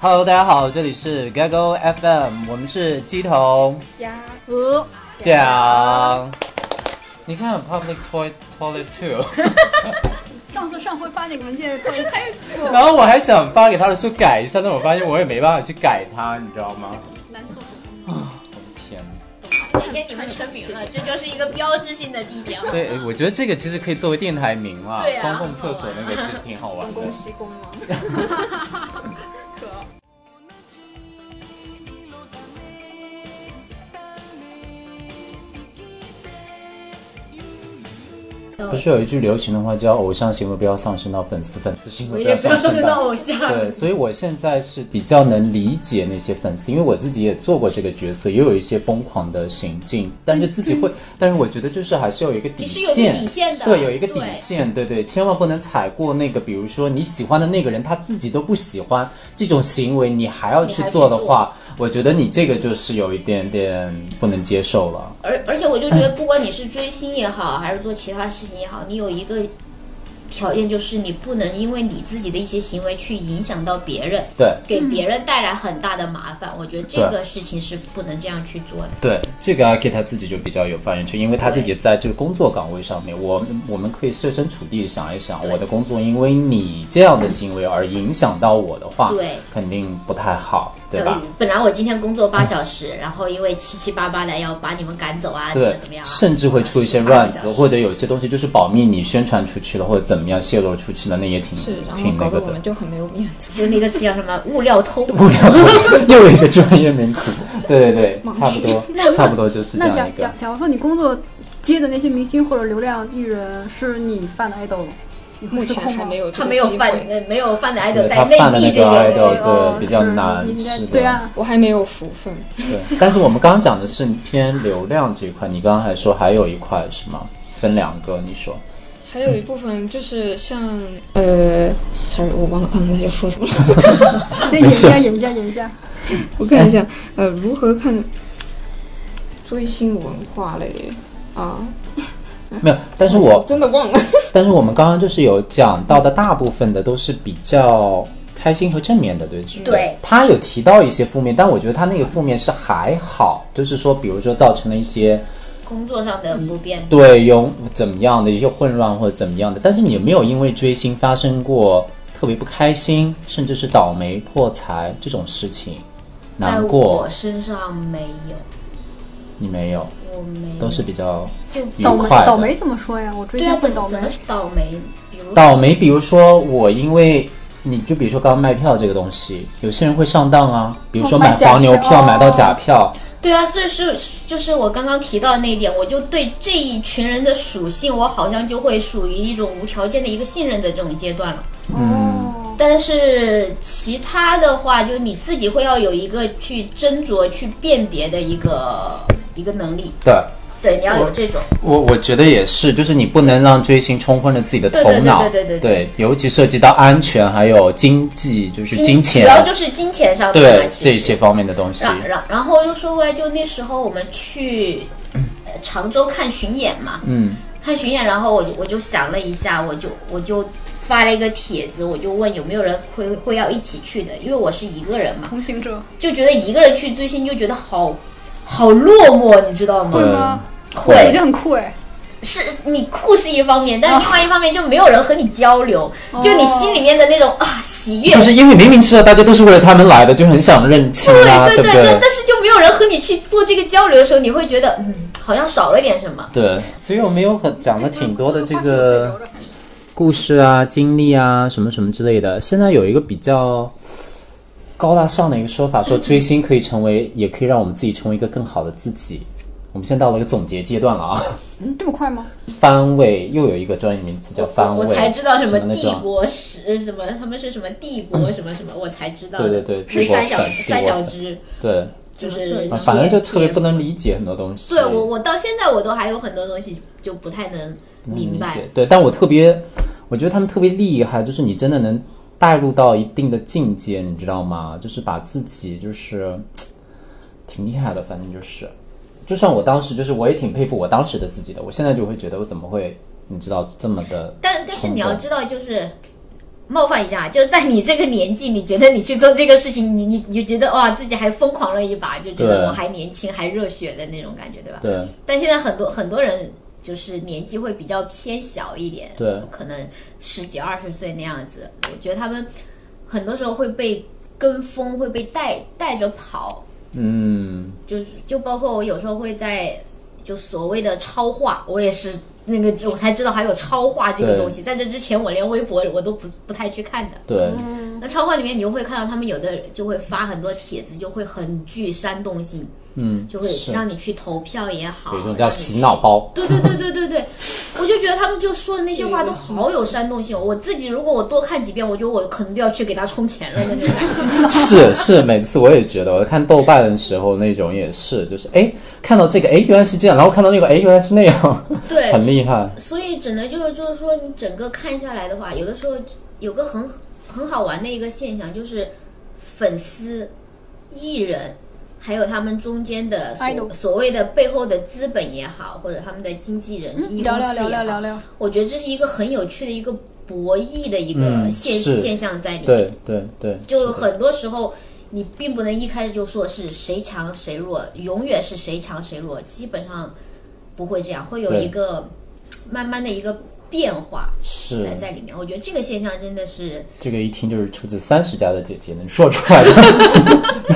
Hello，大家好，这里是 Gaggle FM，我们是鸡同呀，五讲。你看 Public Toilet Toilet Two， 上次上回发那个文件 特意开然后我还想发给他的时候改一下，但我发现我也没办法去改它，你知道吗？难测度，我的天哪！也给你们成名了，这就是一个标志性的地标。对，我觉得这个其实可以作为电台名了，对啊公共厕所那个其实挺好玩公的公。西公忙，可不是有一句流行的话叫“偶像行为不要上升到粉丝，粉丝行为不也要不要上上升升到到”。偶像。 对，所以我现在是比较能理解那些粉丝，因为我自己也做过这个角色，也有一些疯狂的行径，但是自己会，嗯但是我觉得就是还是有一个底你是有一线，个底线的对，有一个底对线，对对，千万不能踩过那个，比如说你喜欢的那个人他自己都不喜欢这种行为，你还要去做的话，我觉得你这个就是有一点点不能接受了。而而且我就觉 得，不管你是追星也好，还是做其他事情也好，你有一个条件，就是你不能因为你自己的一些行为去影响到别人，对给别人带来很大的麻烦。我觉得这个事情是不能这样去做的。对，这个阿 K 他自己就比较有发言权，因为他自己在这个工作岗位上面，我我们可以设身处地想一想，对我的工作因为你这样的行为而影响到我的话，对，肯定不太好，对吧呃？本来我今天工作八小时， 然后因为七七八八的要把你们赶走啊，怎么对怎么，样啊，啊甚至会出一些乱子， 18或者有些东西就是保密你宣传出去了，或者怎么样泄露出去了，那也挺是，然后挺那搞得个我们的。就很没有面 子。就那个词叫什么物料偷，不了， 又有一个专业名词，对 对对，差不多，差不多就是这那假样一个假。假如说你工作接的那些明星或者流量艺人是你犯的 idol，你会目自前控吗还没有这他个没有机犯会，呃没有犯的 idol 对在他内犯了地那这个个 idol，对比较是难你应该是的对 啊，我还没有福分。对，但是我们刚刚讲的是偏流量这一块，你刚刚还说还有一块是吗？分两个，你说还有一部分就是像呃，sorry，我忘了刚才要说什么了。 再演一下，演一下，演一下。我看一下，呃，如何看追星文化类啊？没有？但是我真的忘了。但是我们刚刚就是有讲到的，大部分的都是比较开心和正面的，对不对他有提到一些负面，但我觉得他那个负面是还好，就是说，比如说造成了一些工作上的不便。对有怎么样的一些混乱或者怎么样的，但是你有没有因为追星发生过特别不开心，甚至是倒霉破财这种事情？在难过我，身上没有，你没有。我没有都是比较嗯就愉倒霉快的。倒霉怎么说呀？我追对星啊，会怎倒么怎霉么。倒霉？比如倒霉比如说我因为你就比如说刚刚卖票这个东西，有些人会上当啊，比如说哦买买黄牛假票票买到假票，对啊，是是就是我刚刚提到那一点，我就对这一群人的属性，我好像就会属于一种无条件的一个信任的这种阶段了。嗯哦，但是其他的话，就是你自己会要有一个去斟酌、去辨别的一个一个能力。对。对，你要有这种。我我觉得也是，就是你不能让追星冲昏了自己的头脑，对对对对对尤其涉及到安全还有经济，就是金钱主，要就是金钱上的嘛对其实这些方面的东西，然然然后又说回来，就那时候我们去呃常州看巡演嘛，嗯，看巡演，然后我就我就想了一下，我就我就发了一个帖子，我就问有没有人会会要一起去的，因为我是一个人嘛，同行者就觉得一个人去追星就觉得好好落寞，你知道吗？嗯会吗？会我觉得很酷哎。是你酷是一方面，啊但是另外一方面就没有人和你交流，就你心里面的那种啊喜悦哦就。是因为明明知道大家都是为了他们来的，就很想认亲对啊，对不但但是就没有人和你去做这个交流的时候，你会觉得嗯，好像少了点什么。对，所以我们有很讲了挺多的这个故事啊、经历啊、什么什么之类的。现在有一个比较高大上的一个说法，说追星可以成为，也可以让我们自己成为一个更好的自己。我们现在到了一个总结阶段了 啊，嗯，这么快吗？番位又有一个专业名词叫番我位，才知道什么那帝种，嗯国是什么，他们是什么帝国什么什么，我才知道的。对对对，是帝国三小粉，三帝国小粉，只，对，就是啊反正就铁特别不能理解很多东西。铁对我，我到现在我都还有很多东西就不太能明白理。解对，但我特别，我觉得他们特别厉害，就是你真的能带入到一定的境界，你知道吗？就是把自己就是挺厉害的，反正就是，就像我当时，就是我也挺佩服我当时的自己的。我现在就会觉得我怎么会，你知道这么的但但是你要冲动知道，就是冒犯一下，就是在你这个年纪，你觉得你去做这个事情，你你你觉得哇，自己还疯狂了一把，就觉对得我还年轻，还热血的那种感觉，对吧？对但现在很多很多人就是年纪会比较偏小一点，对可能十几二十岁那样子。我觉得他们很多时候会被跟风，会被带带着跑，嗯，就是就包括我有时候会在就所谓的超话，我也是那个我才知道还有超话这个对东西，在这之前我连微博我都不不太去看的。对，那超话里面，你就会看到他们有的就会发很多帖子，就会很具煽动性，嗯，就会是让你去哦投票也好，有一种让叫你洗脑包，对对对对对对，我就觉得他们就说的那些话都好有煽动性。我自己如果我多看几遍，我觉得我可能都要去给他充钱了那种 感觉。是是，每次我也觉得，我看豆瓣的时候那种也是，就是哎，看到这个哎原来是这样，然后看到那个哎原来是那样，很对，厉害。所以只能就是就是说，你整个看下来的话，有的时候有个很很好玩的一个现象，就是粉丝、艺人。还有他们中间的所 Idol 所谓的背后的资本也好，或者他们的经纪人、经纪聊公聊司嗯聊也聊聊好，聊，我觉得这是一个很有趣的一个博弈的一个嗯现、是现象在里面。对对对，就是的很多时候你并不能一开始就说是谁强谁弱，永远是谁强谁弱，基本上不会这样，会有对一个慢慢的一个变化是在在里面。我觉得这个现象真的是这个一听就是出自三十家的姐姐能说出来的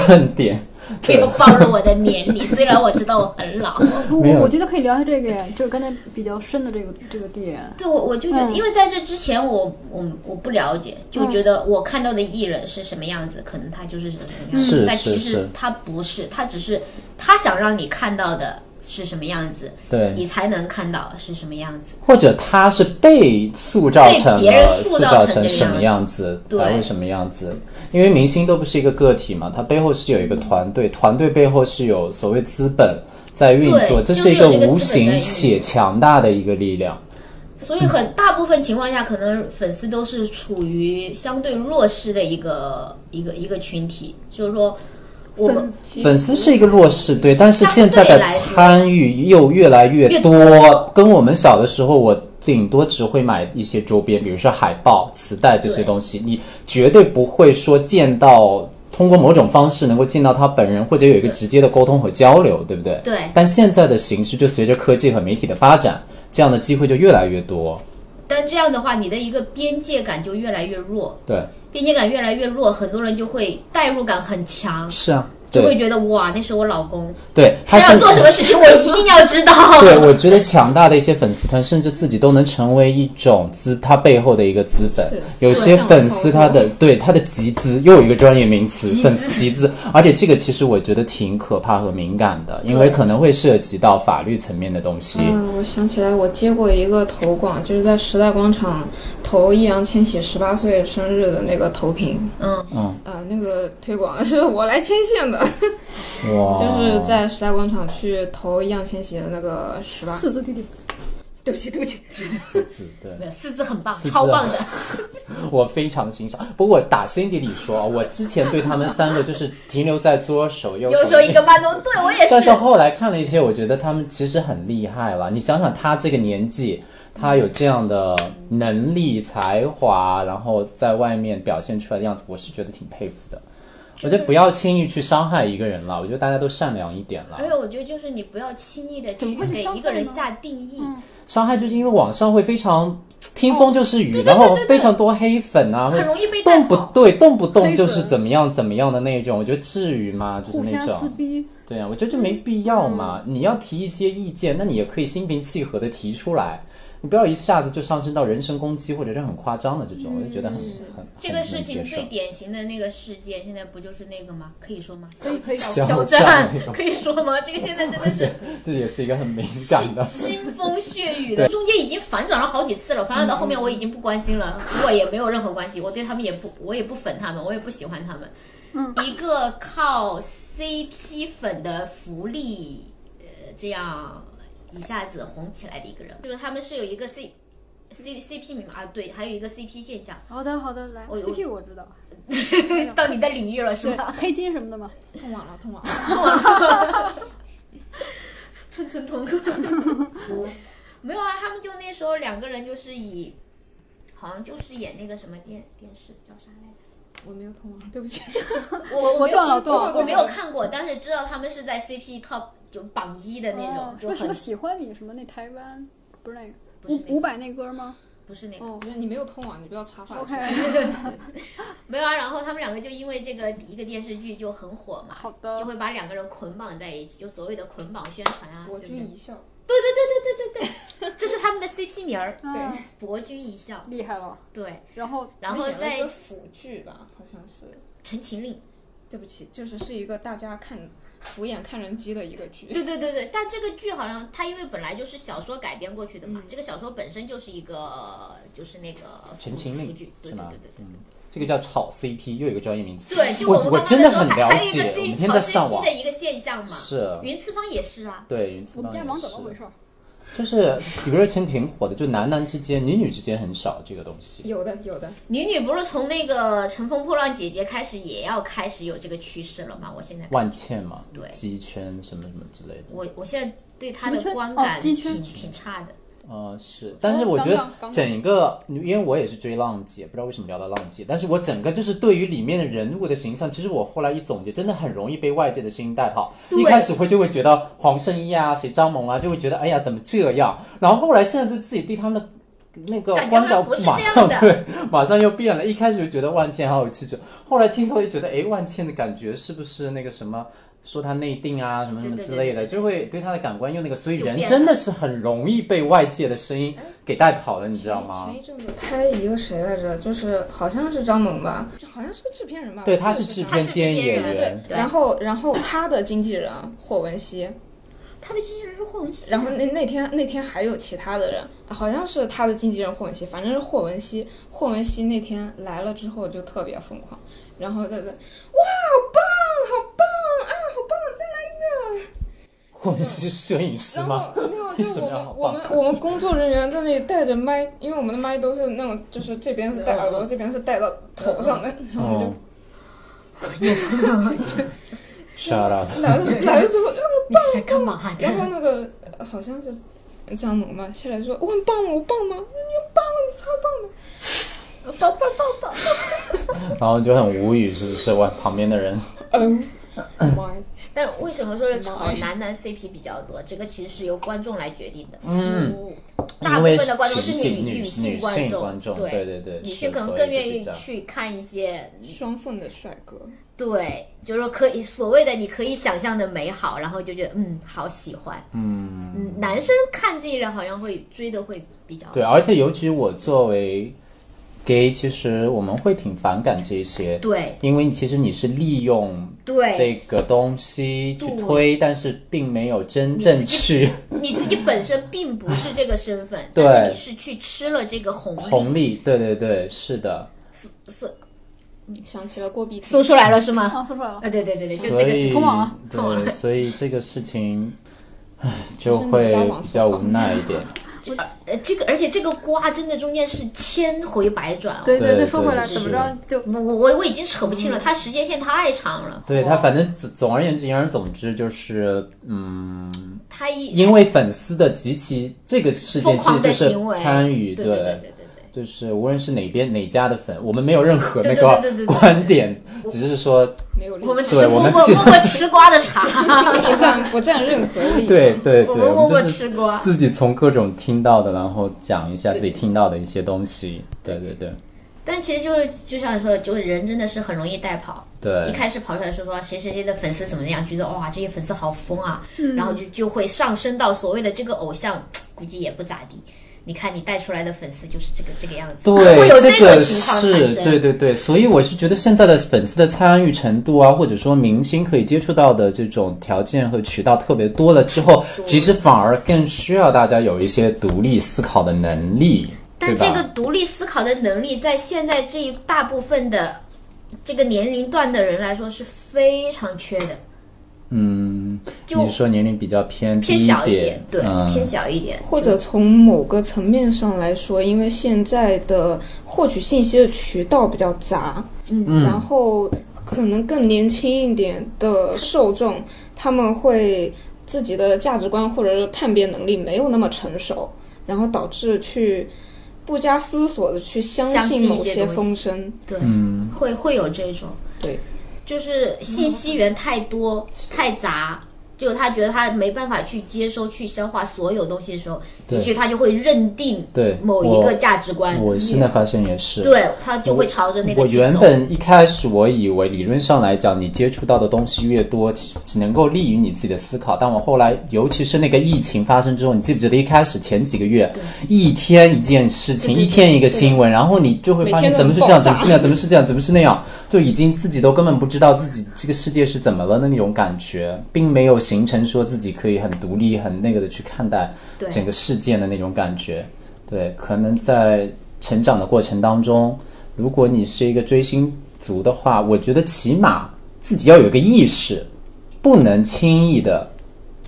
论点，不对要暴露我的年龄， 虽然我知道我很 老。我没有我我觉得可以聊一下这个呀，就是刚才比较深的这个这个点。对，我我就觉得，嗯因为在这之前我我我不了解，就觉得嗯我看到的艺人是什么样子，可能他就是什么样子，是但是其是实他不是，他只是他想让你看到的是什么样子，对，你才能看到是什么样子。或者他是被塑造成被别人了塑塑造造成成这什个么样子对才会什么样子，因为明星都不是一个个体嘛，他背后是有一个团队，团队背后是有所谓资本在运作，对这就是一有个这个无资本在形运且强大的一个力量。所以很大部分情况下，可能粉丝都是处于相对弱势的一个一个一个群体，就是说我们分其粉丝是一个弱势，对，但是现在的相对来说参与又越来越越多。跟我们小的时候，我顶多只会买一些周边，比如说海报、磁带这些对东西，你绝对不会说见到通过某种方式能够见到他本人，或者有一个对直接的沟通和交流，对不对？对，但现在的形式就随着科技和媒体的发展，这样的机会就越来越多。但这样的话，你的一个边界感就越来越弱，对，边界感越来越弱，很多人就会代入感很强，是啊，就会对觉得哇，那是我老公，对，他要是做什么事情，我一定要知道。对，我觉得强大的一些粉丝团，甚至自己都能成为一种资，它背后的一个资本是。有些粉丝对他的对他的集资，又有一个专业名词，集资粉丝集资。而且这个其实我觉得挺可怕和敏感的，因为可能会涉及到法律层面的东西。嗯，我想起来，我接过一个投广，就是在时代广场投易烊千玺十八岁生日的那个投屏，嗯，呃，那个推广是我来牵线的，哇， 就是在时代广场去投易烊千玺的那个十八，四字弟弟，对不起，对不起，对。没有四字很棒，字超棒的。我非常欣赏。不过我打心底里说，我之前对他们三个就是停留在左手右手有时候一个慢动，对我 也但是是。后来看了一些，我觉得他们其实很厉害了。你想想，他这个年纪，他有这样的能力、才华，然后在外面表现出来的样子，我是觉得挺佩服的。我觉得不要轻易去伤害一个人了，我觉得大家都善良一点了而。且我觉得就是你不要轻易的怎去么会去给伤一个害人呢下定义，伤害就是因为网上会非常听风就是雨，然后非常多黑粉啊，会很容易被带动不跑。对，动不动黑就是粉怎么样怎么样的那种。我觉得至于吗？就互是那相种撕逼，对啊，我觉得这没必要嘛。嗯你要提一些意见，那你也可以心平气和的提出来，你不要一下子就上升到人身攻击或者是很夸张的这种，我就觉得很很嗯这个事很情难接受最典型的那个事件，现在不就是那个吗？可以说吗？可以可以小小站 站可以说吗？这个现在真的是 这也是一个很敏感的。 腥风血雨的，中间已经反转了好几次了，反转到后嗯面我已经不关心了，我也没有任何关系，我对他们也不，我也不粉他们，我也不喜欢他们。嗯，一个靠 CP 粉的福利，呃，这样一下子红起来的一个人，就是他们是有一个 C。C C P 名嘛啊，对，还有一个 C P 现象，好的好的，来我 CP 我知道， 到你的领域了是 对吧？黑金什么的嘛，通网了，通网了。寸寸通。没有啊，他们就那时候两个人就是以好像就是演那个什么电电视叫啥来着？我没有通网，对不起。我我没有断了听过断了我没有看过，但是知道他们是在 CP top 就榜一的那种，哦什就么什很么喜欢你什么那台湾不是那个不是那个五五百那歌吗？不是那个。哦就是你没有通网，你不要插话。 ，OK，没有啊，然后他们两个就因为这个一个电视剧就很火嘛，好就的。会把两个人捆绑在一起，就所谓的捆绑宣传啊，博对不君对？一笑， 这是他们的 CP 名儿，啊，博君一笑。厉害了。对，然后然后他们演了一在个腐剧吧，好像是。陈情令，对不起，就是是一个大家看敷衍看人机的一个 剧。对对对对，但这个剧好像它因为本来就是小说改编过去的嘛，这个小说本身就是一个呃就是那个陈情腐令剧，对是对吗对对？对。嗯，这个叫炒 CP，又有一个专业名词。对，就我们我刚真的刚在说很还了还有一解个，我 C 们天天在上潮 CP 网的。一个现象嘛，是，云次方也是啊，对，云我次们方家也网是怎么回事？就是比如说以前挺火的，就男男之间、女女之间很少这个东西。有的有的，女女不是从那个《乘风破浪》姐姐开始也要开始有这个趋势了吗？我现在万茜嘛，对鸡圈什么什么之类的，我我现在对她什么的圈观哦感鸡挺、圈挺差的。呃是，但是我觉刚得刚刚刚整个，因为我也是追浪姐，不知道为什么聊到浪姐，但是我整个就是对于里面的人物的形象，其实我后来一总结，真的很容易被外界的声音带跑。对一开始会就会觉得黄圣依啊，谁张萌啊，就会觉得哎呀怎么这样，然后后来现在对自己对他们的。那个感觉观感还不是马这上样的对，马上又变了。一开始就觉得万茜好有气质，后来听后就觉得，哎，万茜的感觉是不是那个什么，说她内定啊，什么什么对对之对类的，对对就会对她的感官用那个，所以就人变真了的是很容易被外界的声音给带跑的，你知道吗前？一阵子拍一个谁来着？就是好像是张萌吧，这好像是个制片人吧？对，我记得他是制他片兼演他是制片员人，对然后，然后他的经纪人霍汶希，她的经纪人是霍汶希，然后那那天那天还有其他的人，好像是他的经纪人霍汶希，反正是霍汶希。霍汶希那天来了之后就特别疯狂，然后在在哇，好棒，好棒啊，好棒，再来一个。我们是摄影师然吗？后没 有，为就什是么我要们好棒我们？我们工作人员在那里带着麦，因为我们的麦都是那种，就是这边是戴耳朵，这边是戴到头上的，然后我哦就。 ，shut up！ 来了来了之后，你在干嘛 然后那个呃好像是张萌吧，下来说我很棒吗？我棒吗？你很棒，你超棒的。抱抱抱抱，然后就很无语，是不是？我旁边的人， Oh 嗯 my！但为什么嗯说是炒妈呀男男 CP 比较多？这个其实是由观众来决定的。嗯，大因部为分的观众是群女体女性性众，观众，对对对对，女是性可能所以更就愿比意较去看一些，双缝的帅哥，对，就是说可以所谓的你可以想象的美好，然后就觉得嗯好喜欢，嗯。嗯，男生看这一类好像会追的会比较对，而且尤其我作为 gay，其实我们会挺反感这些，对因为你其实你是利用对，这个东西去对推，但是并没有真正去你自己本身并不是这个身份，对但是你是去吃了这个红利，红利。对对对，是的，搜嗯想起了郭碧婷搜，出来了是吗？啊，说出来了。啊，对对对对，就所这个以是啊通往了通往 对，了所以这个事情， 唉，就就是会你比较往比较上无奈一点。呃，这个而且这个瓜真的中间是千回百转哦。对对再说对回来，是怎么着就我我我我已经扯不清了，它时间线太长了。对他，反正总总而言之，言而总之就是，嗯，它一因为粉丝的极其这个事件，疯其实狂就的是行为，参与，对对对对对就是无论是哪边哪家的粉，我们没有任何那对对对个对对对观点，只是说没有立对，我们只场，对是我默们默是默默吃瓜 的茶，不占不占任何立场。对对对，我我们默啊默们就是吃瓜。自己从各种听到的，然后讲一下自己听到的一些东西。对对对但其实就是就像你说的，就是人真的是很容易带跑。一对，开始跑出来说说谁谁谁的粉丝怎么样，觉得哇这些粉丝好疯啊，然后就就会上升到所谓的这个偶像，估计也不咋地。你看你带出来的粉丝就是这个这个样子，会有对这个个情况产是，生。对对对，所以我是觉得现在的粉丝的参与程度啊，或者说明星可以接触到的这种条件和渠道特别多了之后，其实反而更需要大家有一些独立思考的能力，对但吧？这个独立思考的能力，在现在这一大部分的这个年龄段的人来说是非常缺的，嗯，就你说年龄比较偏低偏小一一点，对，嗯、偏小一点。嗯或者从某个层面上来说，因为现在的获取信息的渠道比较杂，嗯，然后可能更年轻一点的受众，他们会自己的价值观或者是判别能力没有那么成熟，然后导致去不加思索的去相相信信一某些些东西风声，对，嗯，会会有这种，对，就是信息源太多、太杂，就他觉得他没办法去接收、去消化所有东西的时候，对也许他就会认定对某一个价值观，我现在发现也是。对他就会朝着那个我去原走本一开始我以为理论上来讲，你接触到的东西越多，其只能够利于你自己的思考。但我后来，尤其是那个疫情发生之后，你记不记得一开始前几个月，一天一件事情，对对对一天一个新闻，然后你就会发现每天都怎么是这样，很爆炸怎么是那样，怎么是这样，怎么是那样，就已经自己都根本不知道自己这个世界是怎么了的那种感觉，并没有形成说自己可以很独立、很那个的去看待对整个事件的那种感觉。对，可能在成长的过程当中，如果你是一个追星族的话，我觉得起码自己要有个意识，不能轻易的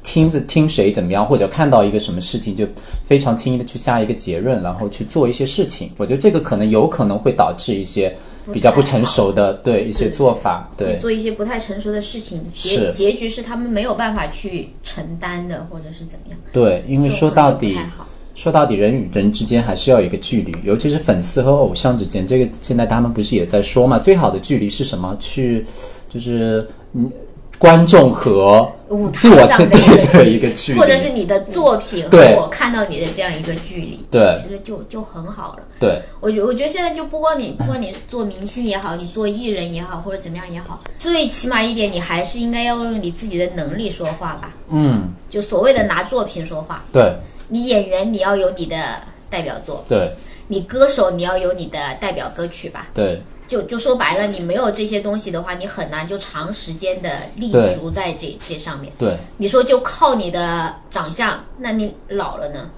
听着听谁怎么样，或者看到一个什么事情就非常轻易的去下一个结论，然后去做一些事情。我觉得这个可能有可能会导致一些比较不成熟的对一些做法，会对做一些不太成熟的事情，是结结局是他们没有办法去承担的，或者是怎么样。对，因为这种说可能到就不底太。好说到底，人与人之间还是要有一个距离，尤其是粉丝和偶像之间。这个现在他们不是也在说嘛？最好的距离是什么？去，就是嗯，观众和舞台自我 上的对一个对的一个距离，或者是你的作品和对我看到你的这样一个距离，对其实就就很好了。对我觉我觉得现在就不光你，不光你做明星也好，你做艺人也好，或者怎么样也好，最起码一点，你还是应该要用你自己的能力说话吧。嗯，就所谓的拿作品说话，对你演员你要有你的代表作，对你歌手你要有你的代表歌曲吧。对就就说白了，你没有这些东西的话，你很难就长时间的立对足在这这上面。对，你说就靠你的长相，那你老了呢？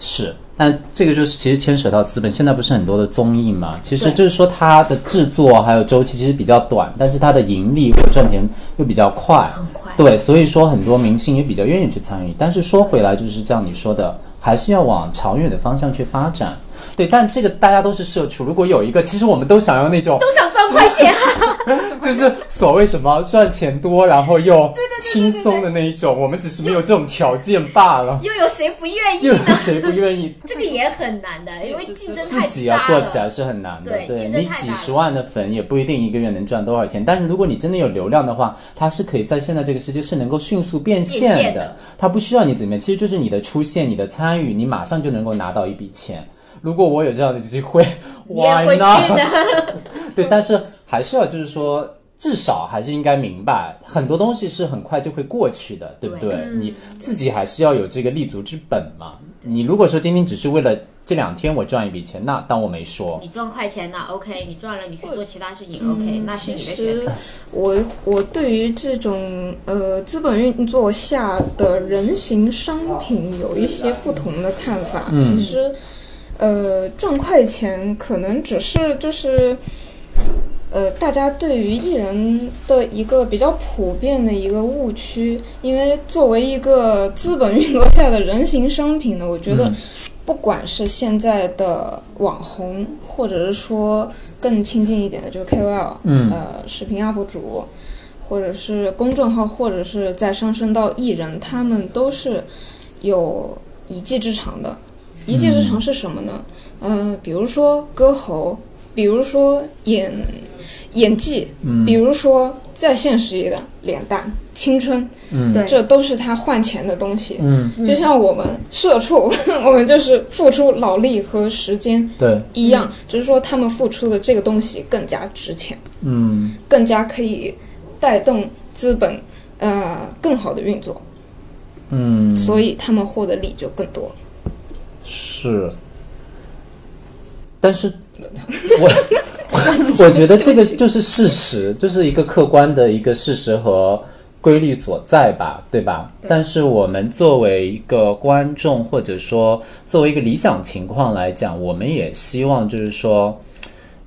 是。但这个就是其实牵扯到资本，现在不是很多的综艺嘛？其实对就是说它的制作还有周期其实比较短，但是它的盈利或者赚钱又比较快，很快。对，所以说很多明星也比较愿意去参与。但是说回来，就是像你说的，还是要往长远的方向去发展。对，但这个大家都是社畜，如果有一个，其实我们都想要那种，都想赚快钱，就是所谓什么赚钱多，然后又轻松的那一种，我们只是没有这种条件罢了。又有谁不愿意又呢？谁不愿意？这个也很难的，因为竞争自太己要大做了。起来是很难的，对竞争你太几大十了万的粉也不一定一个月能赚多少钱，但是如果你真的有流量的话，它是可以在现在这个世界是能够迅速变现变现的的，它不需要你怎么样，其实就是你的出现、你的参与，你马上就能够拿到一笔钱。如果我有这样的机会你 也，Why 会 not？去的， 对，但是还是要就是说，至少还是应该明白，很多东西是很快就会过去的，对不对？对你自己还是要有这个立足之本嘛。你如果说今天只是为了这两天我赚一笔钱，那当我没说。你赚快钱呢？OK，你赚了，你去做其他事情，OK，那嗯是其你的选择。实我我对于这种呃资本运作下的人形商品有一些不同的看法。嗯其实，呃，赚快钱可能只是就是。呃，大家对于艺人的一个比较普遍的一个误区，因为作为一个资本运作下的人形商品呢，我觉得嗯不管是现在的网红，或者是说更亲近一点的，就是 KOL，嗯呃，视频 UP 主，或者是公众号，或者是再上升到艺人，他们都是有一技之长的。一技之长是什么呢？嗯、比如说歌喉，比如说演演技，嗯比如说再现实一点，脸蛋、青春，嗯对这都是他换钱的东西。嗯，就像我们社畜， 我们就是付出劳力和时间对，一样，只是说他们付出的这个东西更加值钱，嗯更加可以带动资本呃更好的运作，嗯所以他们获得利就更多。是，但 是我。我觉得这个就是事实，就是一个客观的一个事实和规律所在吧，对吧？但是我们作为一个观众，或者说作为一个理想情况来讲，我们也希望就是说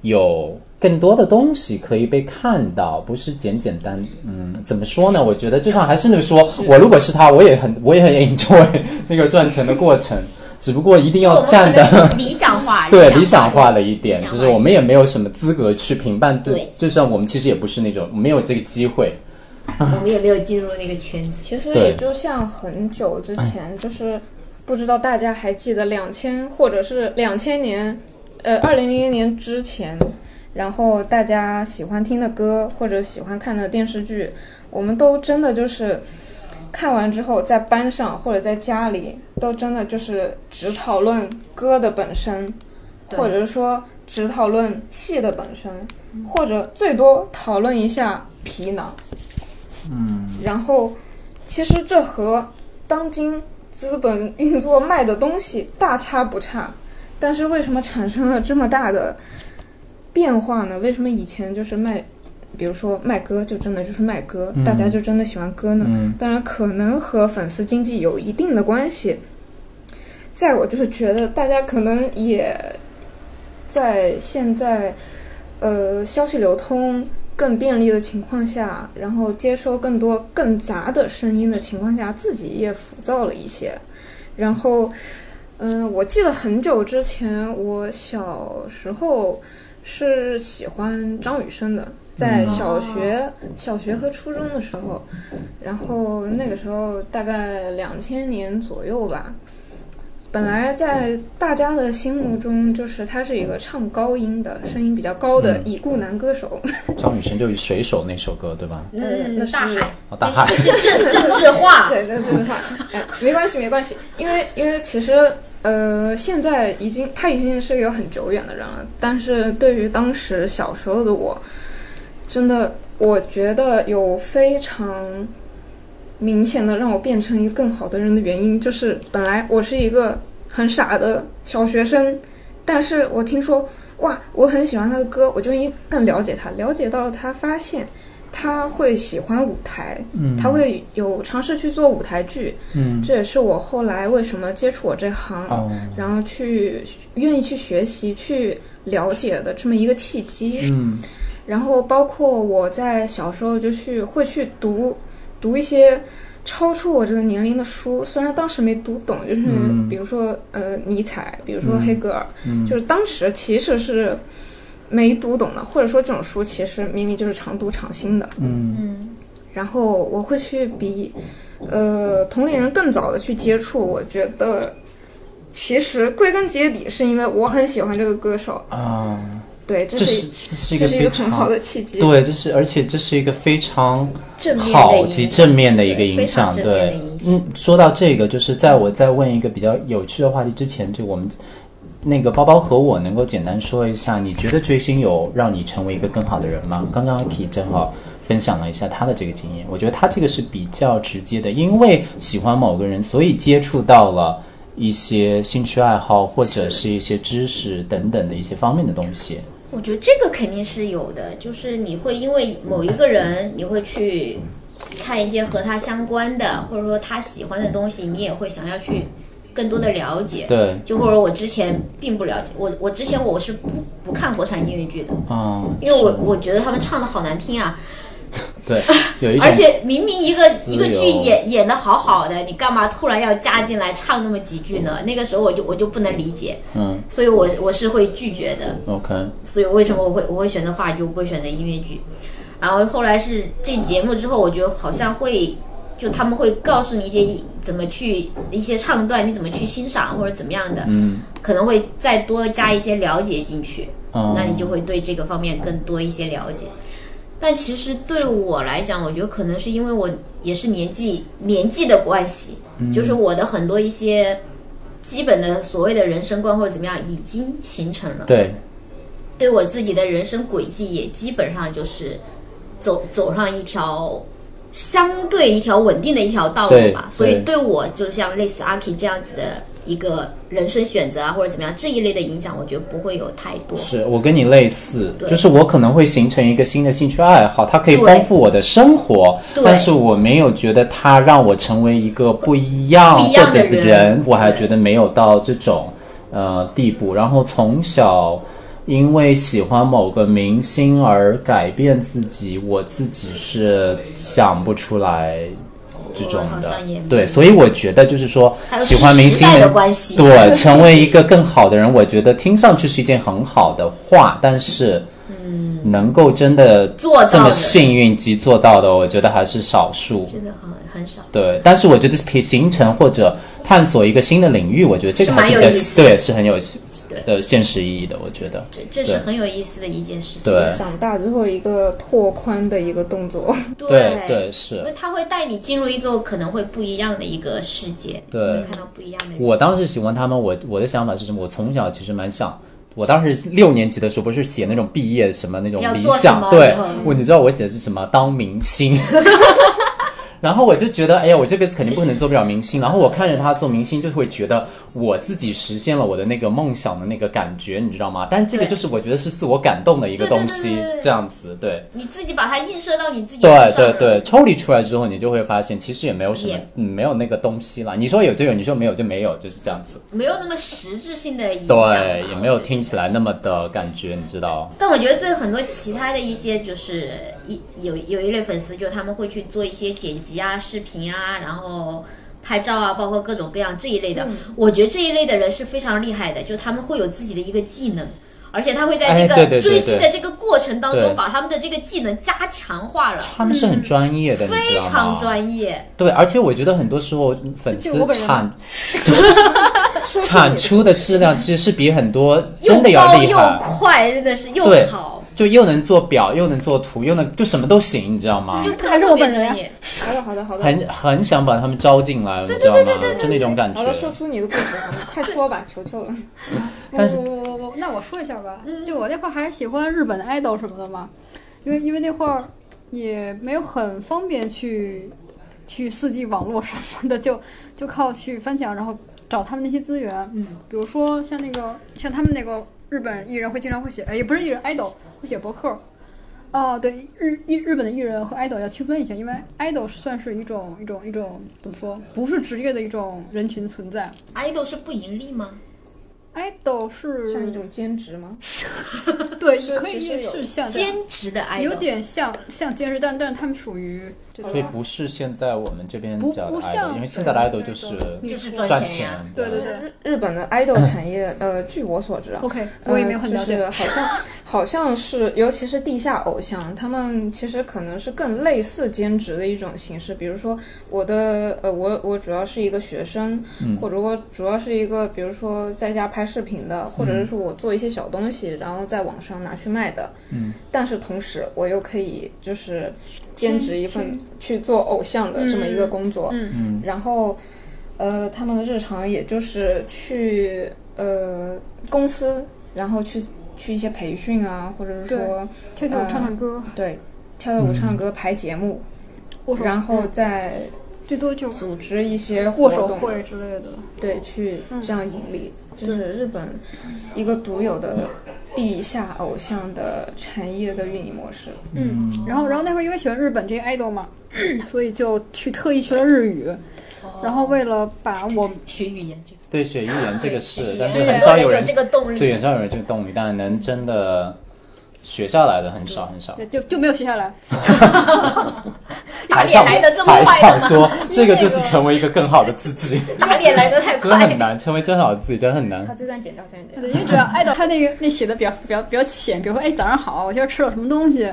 有更多的东西可以被看到，不是简简单嗯，怎么说呢？我觉得就像还是那个说，我如果是他，我也很我也很 enjoy 那个赚钱的过程，只不过一定要我们站可的。能理想 化，对理理想化化了一点理，想就化是我们也没有什么资格去评判对对，就像我们其实也不是那种没有这个机会，我们也没有进入那个圈子。其实对也就像很久之前，就是不知道大家还记得两千或者是两千年，呃，二零零零年之前，然后大家喜欢听的歌或者喜欢看的电视剧，我们都真的就是看完之后，在班上或者在家里，都真的就是只讨论歌的本身，对或者是说只讨论戏的本身，或者最多讨论一下皮囊。嗯，然后其实这和当今资本运作卖的东西大差不差，但是为什么产生了这么大的变化呢？为什么以前就是卖，比如说卖歌就真的就是卖歌，嗯大家就真的喜欢歌呢？嗯当然可能和粉丝经济有一定的关系。再我就是觉得大家可能也在现在呃消息流通更便利的情况下，然后接收更多更杂的声音的情况下，自己也浮躁了一些。然后，嗯、我记得很久之前，我小时候是喜欢张雨生的，在嗯小学、小学和初中的时候，然后那个时候大概两千年左右吧。本来在大家的心目中，就是他是一个唱高音的、声音比较高的嗯已故男歌手。 张雨生就是《水手》那首歌，对吧？嗯嗯那，是大海，哦，大海，政政治化，对，那这个话， 哎，没关系，没关系，因为因为其实呃，现在已经他已经是一个很久远的人了，但是对于当时小时候的我，真的我觉得有非常明显的让我变成一个更好的人的原因，就是本来我是一个很傻的小学生，但是我听说哇，我很喜欢他的歌，我就应该更了解他，了解到了他，发现他会喜欢舞台，嗯，他会有尝试去做舞台剧，嗯，这也是我后来为什么接触我这行，哦，然后去愿意去学习、去了解的这么一个契机。嗯然后包括我在小时候就去会去读读一些超出我这个年龄的书，虽然当时没读懂，就是嗯比如说、呃尼采，比如说嗯黑格尔，嗯，就是当时其实是没读懂的，或者说这种书其实明明就是常读常新的。嗯嗯，然后我会去比，呃，同龄人更早的去接触。我觉得，其实归根结底是因为我很喜欢这个歌手，啊，对，这这是是这是一这个是一非个很常好的契机。对，这是而且这是一个非常正面的好影及响正面的一个影响，对非常正面的对影，响嗯，说到这个，就是在我在问一个比较有趣的话题之前，就我们那个包包和我能够简单说一下，你觉得追星有让你成为一个更好的人吗？刚刚阿 K 正好分享了一下他的这个经验，我觉得他这个是比较直接的，因为喜欢某个人，所以接触到了。一些兴趣爱好或者是一些知识等等的一些方面的东西，我觉得这个肯定是有的，就是你会因为某一个人，你会去看一些和他相关的，或者说他喜欢的东西，你也会想要去更多的了解。对，就或者我之前并不了解，我我之前我是不不看国产音乐剧的，嗯，因为我我觉得他们唱的好难听啊， 对，有一种而且明明一个由一个剧演演的好好的，你干嘛突然要加进来唱那么几句呢？那个时候我就我就不能理解，嗯所以我我是会拒绝的。 ，OK，所以为什么我会我会选择话剧，我不会选择音乐剧。然后后来是这节目之后，我觉得好像会，就他们会告诉你一些怎么去一些唱段，你怎么去欣赏或者怎么样的，嗯，可能会再多加一些了解进去，嗯那你就会对这个方面更多一些了解。但其实对我来讲，我觉得可能是因为我也是年纪年纪的关系，就是我的很多一些基本的所谓的人生观或者怎么样已经形成了。对，对我自己的人生轨迹也基本上就是走走上一条相对一条稳定的一条道路吧对。所以对对我就像类似阿 K 这样子的一个人生选择啊，或者怎么样这一类的影响，我觉得不会有太多。是我跟你类似，对就是我可能会形成一个新的兴趣爱好，它可以对丰富我的生活，对但是我没有觉得它让我成为一个不一样不或一样者的人，人我还对觉得没有到这种呃地步。然后从小因为喜欢某个明星而改变自己，我自己是想不出来。这种我好的像也没，对，所以我觉得就是说还，有喜欢明时星代的能关系 对，成为一个更好的人，我觉得听上去是一件很好的话，但是，嗯，能够真的做到这么的幸运及做到的，我觉得还是少数。真的很很少。对，但是我觉得形成或者探索一个新的领域，我觉得这个是还蛮是有比较意思对，是很有对呃现实意义的，我觉得。这这对是很有意思的一件事情。对长大之后一个拓宽的一个 动作，对对对因是，为他会带你进入一个可能会不一样的一个世界，对会看到不一样的人。我当时喜欢他们，我我的想法是什么？我从小其实蛮想。我当时六年级的时候，不是写那种毕业什么那种要理做什想，么对嗯我，你知道我写的是什么？当明星。 然后我就觉得，哎呀，我这辈子肯定不可能做不了明星。然后我看着他做明星，就会觉得我自己实现了我的那个梦想的那个感觉，你知道吗？但这个对就是我觉得是自我感动的一个对对东对西对对，对这样子，对。你自己把它映射到你自己身对上对了对，抽离出来之后，你就会发现其实也没有什么也，嗯没有那个东西啦。你说有就有，你说没有就没有，就是这样子。没有那么实质性的影响吧，对，也没有我觉得听起来那么的感觉，你知道？但我觉得对很多其他的一些就是一有有一类粉丝，就他们会去做一些剪辑啊、视频啊，然后拍照啊，包括各种各样这一类的。嗯我觉得这一类的人是非常厉害的，就他们会有自己的一个技能。而且他会在哎这对对对个追星的这个过程当对中，把他们的这个技能加强化了， 他们是很专业的，你知嗯非道吗？常专业。对，而且我觉得很多时候粉就丝我本人产说出 产你出的质量其实是比很多又真的要高厉又害，快，真的是又对好，就又能做表，又能做图，又能就什么都行，你知道吗？就特还是我别本人专啊业好的好的好的很很想把他们招进来，你知道吗？就那种感觉好。的，说出你的故事，好吗？快说吧，求求了。但是我我我我，那我说一下吧，就我那会儿还是喜欢日本的 idol 什么的嘛，因为因为那会儿也没有很方便去去四 G 网络什么的，就就靠去翻墙，然后找他们那些资源。嗯，比如说像那个像他们那个日本艺人会经常会写，呃，也不是艺人 idol 会写博客。哦，对，日日日本的艺人和 idol 要区分一下，因为 idol 算是一种一种一种怎么说，不是职业的一种人群存在。 idol 是不盈利吗？ idol 是像一种兼职吗？对，其实可以其实有是像这样兼职的 idol，啊有点像像健身，但但是他们属于这所以种不是现在我们这边不叫的不 idol，像因为现在的 idol 对就是就是赚赚钱钱呀、。对对对日日本的 idol 产业，呃，据我所知啊， OK，我也没有很了解。呃就是、好像好像是，尤其是地下偶像，他们其实可能是更类似兼职的一种形式。比如说我的呃，我我主要是一个学生，或者我主要是一个，比如说在家拍视频的，或者是我做一些小东西，然后在网上拿去卖的。嗯，但是同时我又可以就是兼职一份去做偶像的这么一个工作。嗯嗯然后，呃，他们的日常也就是去呃公司，然后去去一些培训啊，或者是呃说跳跳舞、唱唱歌，对跳跳舞、唱歌、排节目，握手，嗯然后再最多就组织一些活握手动，会之类的。对，去嗯这样盈利，就是日本一个独有的地下偶像的产业的运营模式。嗯，然后然后那会儿因为喜欢日本这些 idol 嘛， 所以就去特意学了日语，然后为了把我哦学语言这个，对，学艺人这个是，但语是言很少有人这个动力。对，很少有人这个动力，但能真的学下来的很少很少。就就没有学下来。还想来得这么还快 想吗说，这个那就是个成为一个更好的自 己，打脸来的太真的快很，难，成为更好的自己真的很 难。这段剪掉，这段剪对，因为主要 idol 他那个那写的比较比较比较浅，比如说哎早上好，我今儿吃了什么东西，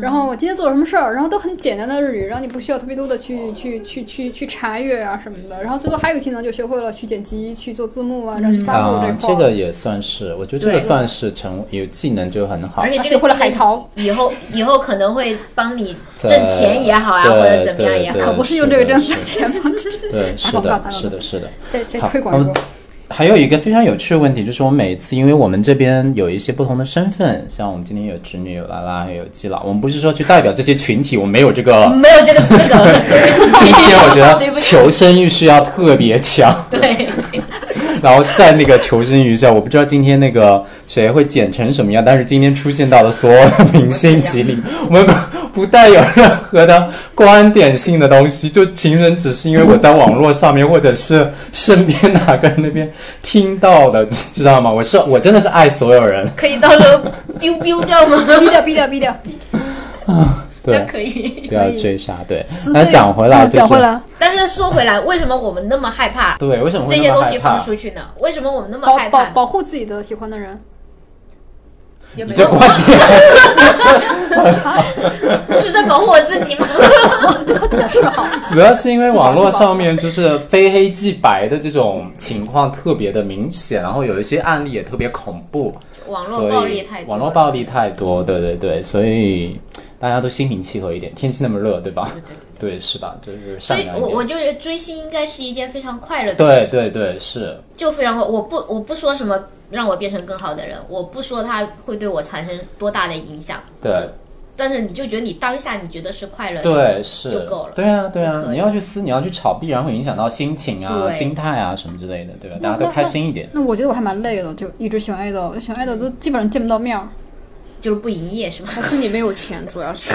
然后我今天做了什么事儿，然后都很简单的日语，然后你不需要特别多的去去去去去查阅啊什么的，然后最多还有一个技能就学会了去剪辑、去做字幕啊，然后去发布啊，块这儿。个也算是，我觉得这个对哎算是成有技能就很好而。且这学个会了技能海淘以后以后可能会帮你在挣钱也好啊，对或者怎么样对也对好可。不是用这个挣钱吗？ 对，是打广告 的，打广告是的，是的。在在好推广那么中，还有一个非常有趣的问题，就是我每次，因为我们这边有一些不同的身份，像我们今天有侄女、有拉拉、有基佬，我们不是说去代表这些群体，我们没有这个。没有这个资格， 今天我觉 对得不起求生欲是要特别强，对， 然后在那个求生欲下，我不知道今天那个谁会剪成什么样，但是今天出现到的所有的明星集 里，我们不带有任何的观点性的东西，就情人只是因为我在网络上面或者是身边哪个人那边听到的，知道吗？我是我真的是爱所有人，可以到时候 biu biu 掉吗？嗯逼掉逼掉逼 掉。对，可以。不要追杀，对。所以那哎讲回来嗯就是，讲回来，但是说回来，为什么我们那么害怕对，为什么这会些那么东害西怕放？出去呢？为什么我们那么保害保怕呢？保护自己的喜欢的人，也你没这有观点，是在保护我自己 吗？主要是因为网络上面就是非黑即白的这种情况特别的明显，然后有一些案例也特别恐怖，网所络以暴力太多，网络暴力太多，对对对，所以大家都心平气和一点，天气那么热，对吧？对，是吧？就是所善以良一我我点。就是追星应该是一件非常快乐的事对情，对对，是就非常快。我不我不说什么让我变成更好的人，我不说它会对我产生多大的影响，对但是你就觉得你当下你觉得是快乐的，对是，就够了对啊对啊就，可以你要去撕，你要去炒，必然会影响到心情啊、对心态啊什么之类的，对吧？那大家都那开心一点。那我觉得我还蛮累的，就一直喜欢 idol，就喜欢 idol 都基本上见不到面儿。就是不营业是吗？还是你没有钱，主要是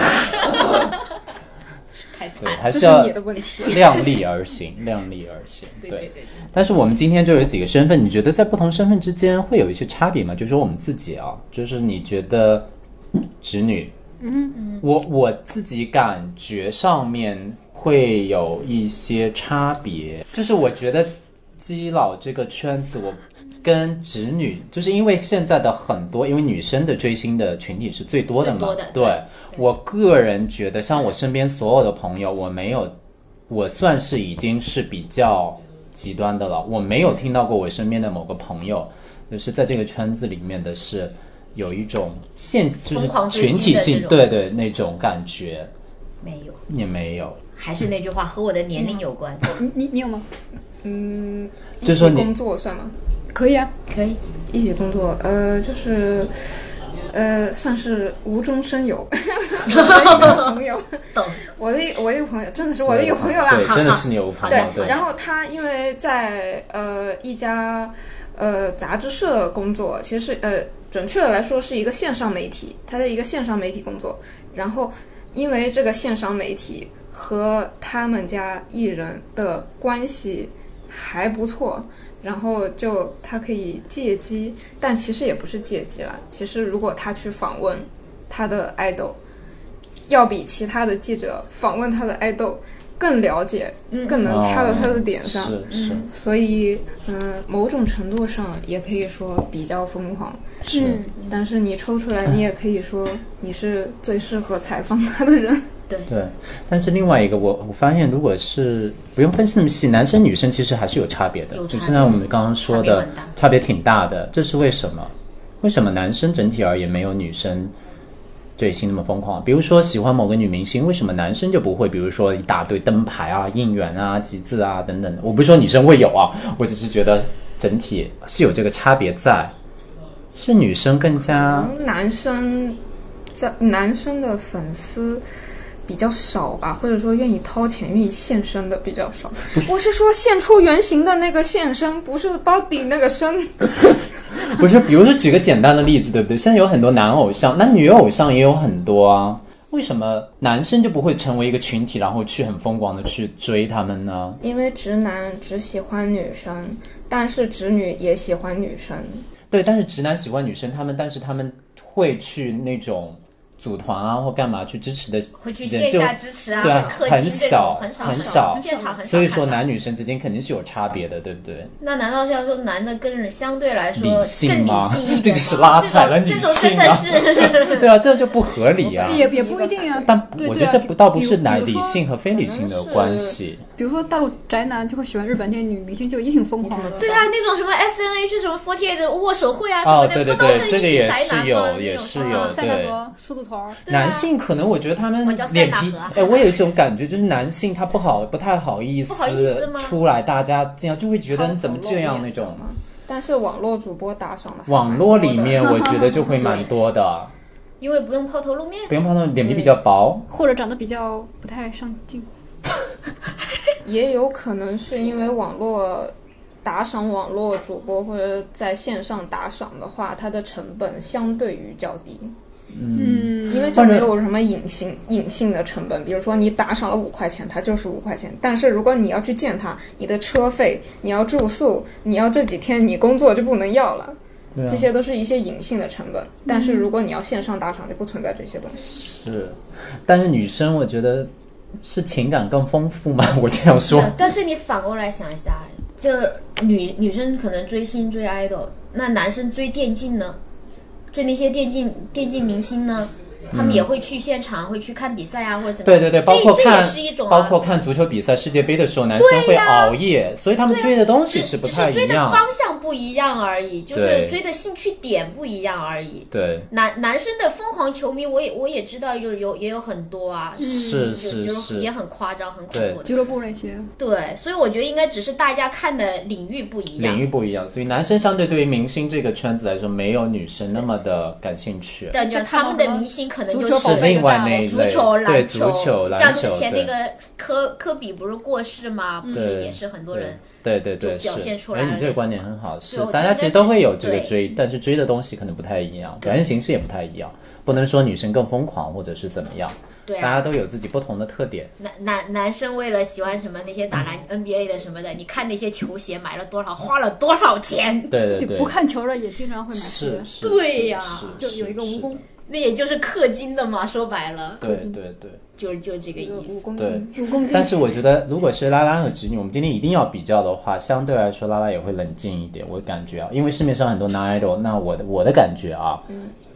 太惨对，了。还这是是要你 的问题。量力而行，量力而行。对对。对，但是我们今天就有几个身份，你觉得在不同身份之间会有一些差别吗？就说我们自己啊，就是你觉得直女，嗯，我我自己感觉上面会有一些差别，就是我觉得基佬这个圈子我。跟直女，就是因为现在的很多，因为女生的追星的群体是最多的嘛。最多的对对我个人觉得，像我身边所有的朋友，我没有我算是已经是比较极端的了，我没有听到过我身边的某个朋友，就是在这个圈子里面的是有一种现，就是疯狂追群星的体性这，种对对那种感觉 没有，也没有。还是那句话，和我的年龄有关。你你你有吗？嗯，一就起说你工作算吗？可以啊， 可以，一起工作，呃，就是，呃，算是无中生有。 我的一个朋友，懂。我的一我的一个朋友，真的是我的一个朋友啦。对，真的是你有朋友，对，然后他因为在呃一家呃杂志社工作，其实呃准确的来说是一个线上媒体，他在一个线上媒体工作，然后因为这个线上媒体和他们家艺人的关系还不错。然后就他可以借机，但其实也不是借机啦。其实如果他去访问他的爱豆，要比其他的记者访问他的爱豆更了解，更能掐到他的点上。哦是是所以，嗯、某种程度上也可以说比较疯狂，嗯是，但是你抽出来，你也可以说你是最适合采访他的人。对。但是另外一个，我我发现，如果是不用分析那么细，男生女生其实还是有差别的，有就差就像我们刚刚 说差别的很大，差别挺大的。这是为什么？为什么男生整体而言没有女生追星那么疯狂？比如说喜欢某个女明星，为什么男生就不会？比如说一大堆灯牌啊、应援啊、集字啊等等的。我不是说女生会有啊，我只是觉得整体是有这个差别在，是女生更加。男生在男生的粉丝比较少吧，或者说愿意掏钱、愿意献身的比较少。我是说献出原形的那个献身，不是 body 那个身。不是，比如说举个简单的例子，对不对？现在有很多男偶像，那女偶像也有很多啊。为什么男生就不会成为一个群体，然后去很疯狂的去追他们呢？因为直男只喜欢女生，但是直女也喜欢女生。对，但是直男喜欢女生，他们但是他们会去那种组团啊或干嘛去支持的回去人线就下支持啊，对啊氪很金这少种很少很很少现场很少。所以说，，男女生之间肯定是有差别的，对不对？那难道是要说男的更相对来说理更理性性吗一点吗？ 这个是拉踩了这种女性啊这种真的是对啊，这就不合理啊。也也不一定啊。但对我觉对得啊这不倒不比是比男如理说性和非理性的可能关是系。比如说大陆宅男就会喜欢日本这些女明星，就也挺疯狂你怎么的知。对啊，那种什么 S N H 什么 Forty Eight 握手会啊什哦么对对的，不都对是这一个群也宅是男有吗？那也种是啊有塞纳河、数字头儿，对啊男性可能我觉得他们我叫塞脸纳皮河，哎，我有一种感觉，就是男性他不好，不太好意思不好意思吗出来，大家这样就会觉得抛你怎么头露这样面那知道种。啊吗但是网络主播打赏的还网蛮络多里的面，我觉得就会蛮多的，因为不用抛头露面不，用怕那种脸皮比较薄， 或者长得比较不太上镜。也有可能是因为网络打赏网络主播或者在线上打赏的话，它的成本相对于较低，嗯，因为就没有什么隐性隐性的成本。比如说你打赏了五块钱，它就是五块钱。但是如果你要去见他，你的车费、你要住宿、你要这几天你工作就不能要了。对啊这些都是一些隐性的成本，但是如果你要线上打赏，就不存在这些东西。是。但是女生我觉得是情感更丰富嘛， 我这样说。但是你反过来想一下，就女女生可能追星追 idol，那男生追电竞呢？就那些电竞电竞明星呢，他们也会去现场，会去看比赛啊，或者怎么嗯对样。对对，这包括这也看是一种、啊，包括看足球比赛、世界杯的时候，男生会熬夜，所以他们追的东西只是不只太是追一的样。方向不一样而已，就是对追的兴趣点不一样而已。对，男男生的疯狂球迷，我也我也知道，就是有也有很多啊，是就是就是也是，很夸张，很恐怖的。嗯俱乐部那些，对，所以我觉得应该只是大家看的领域不一领样，域不一样，所以男生相对对于明星这个圈子来说，没有女生那么的感兴趣。但就再看他到们的什么明星可能足就球是是宝贝另外那一足类，球、对篮足球、像篮之球，前那对个科科比不是过世吗？嗯不是对也是很多人对对对，就表现是。出来哎，了你这个那种观点很好，是对我觉大得家其实都会有这个对追，但是追的东西可能不太一样，对表现形式也不太一样，不能说女生更疯狂或者是怎么样，对大啊，家都有自己不同的特点。男男男生为了喜欢什么那些打篮 NBA 的什么的，你看那些球鞋买了多少，花了多少钱， 对对你对不，看球的也经常会买这是些，是，对是呀是就是有一个是蜈蚣的，那也就是氪金的嘛，说白了，对对对。就是就是这个一意个思。五公嗯对斤，蜈蚣精但是我觉得，如果是拉拉和侄女，我们今天一定要比较的话，相对来说拉拉也会冷静一点，我感觉啊，因为市面上很多男 idol，那我的我的感觉啊，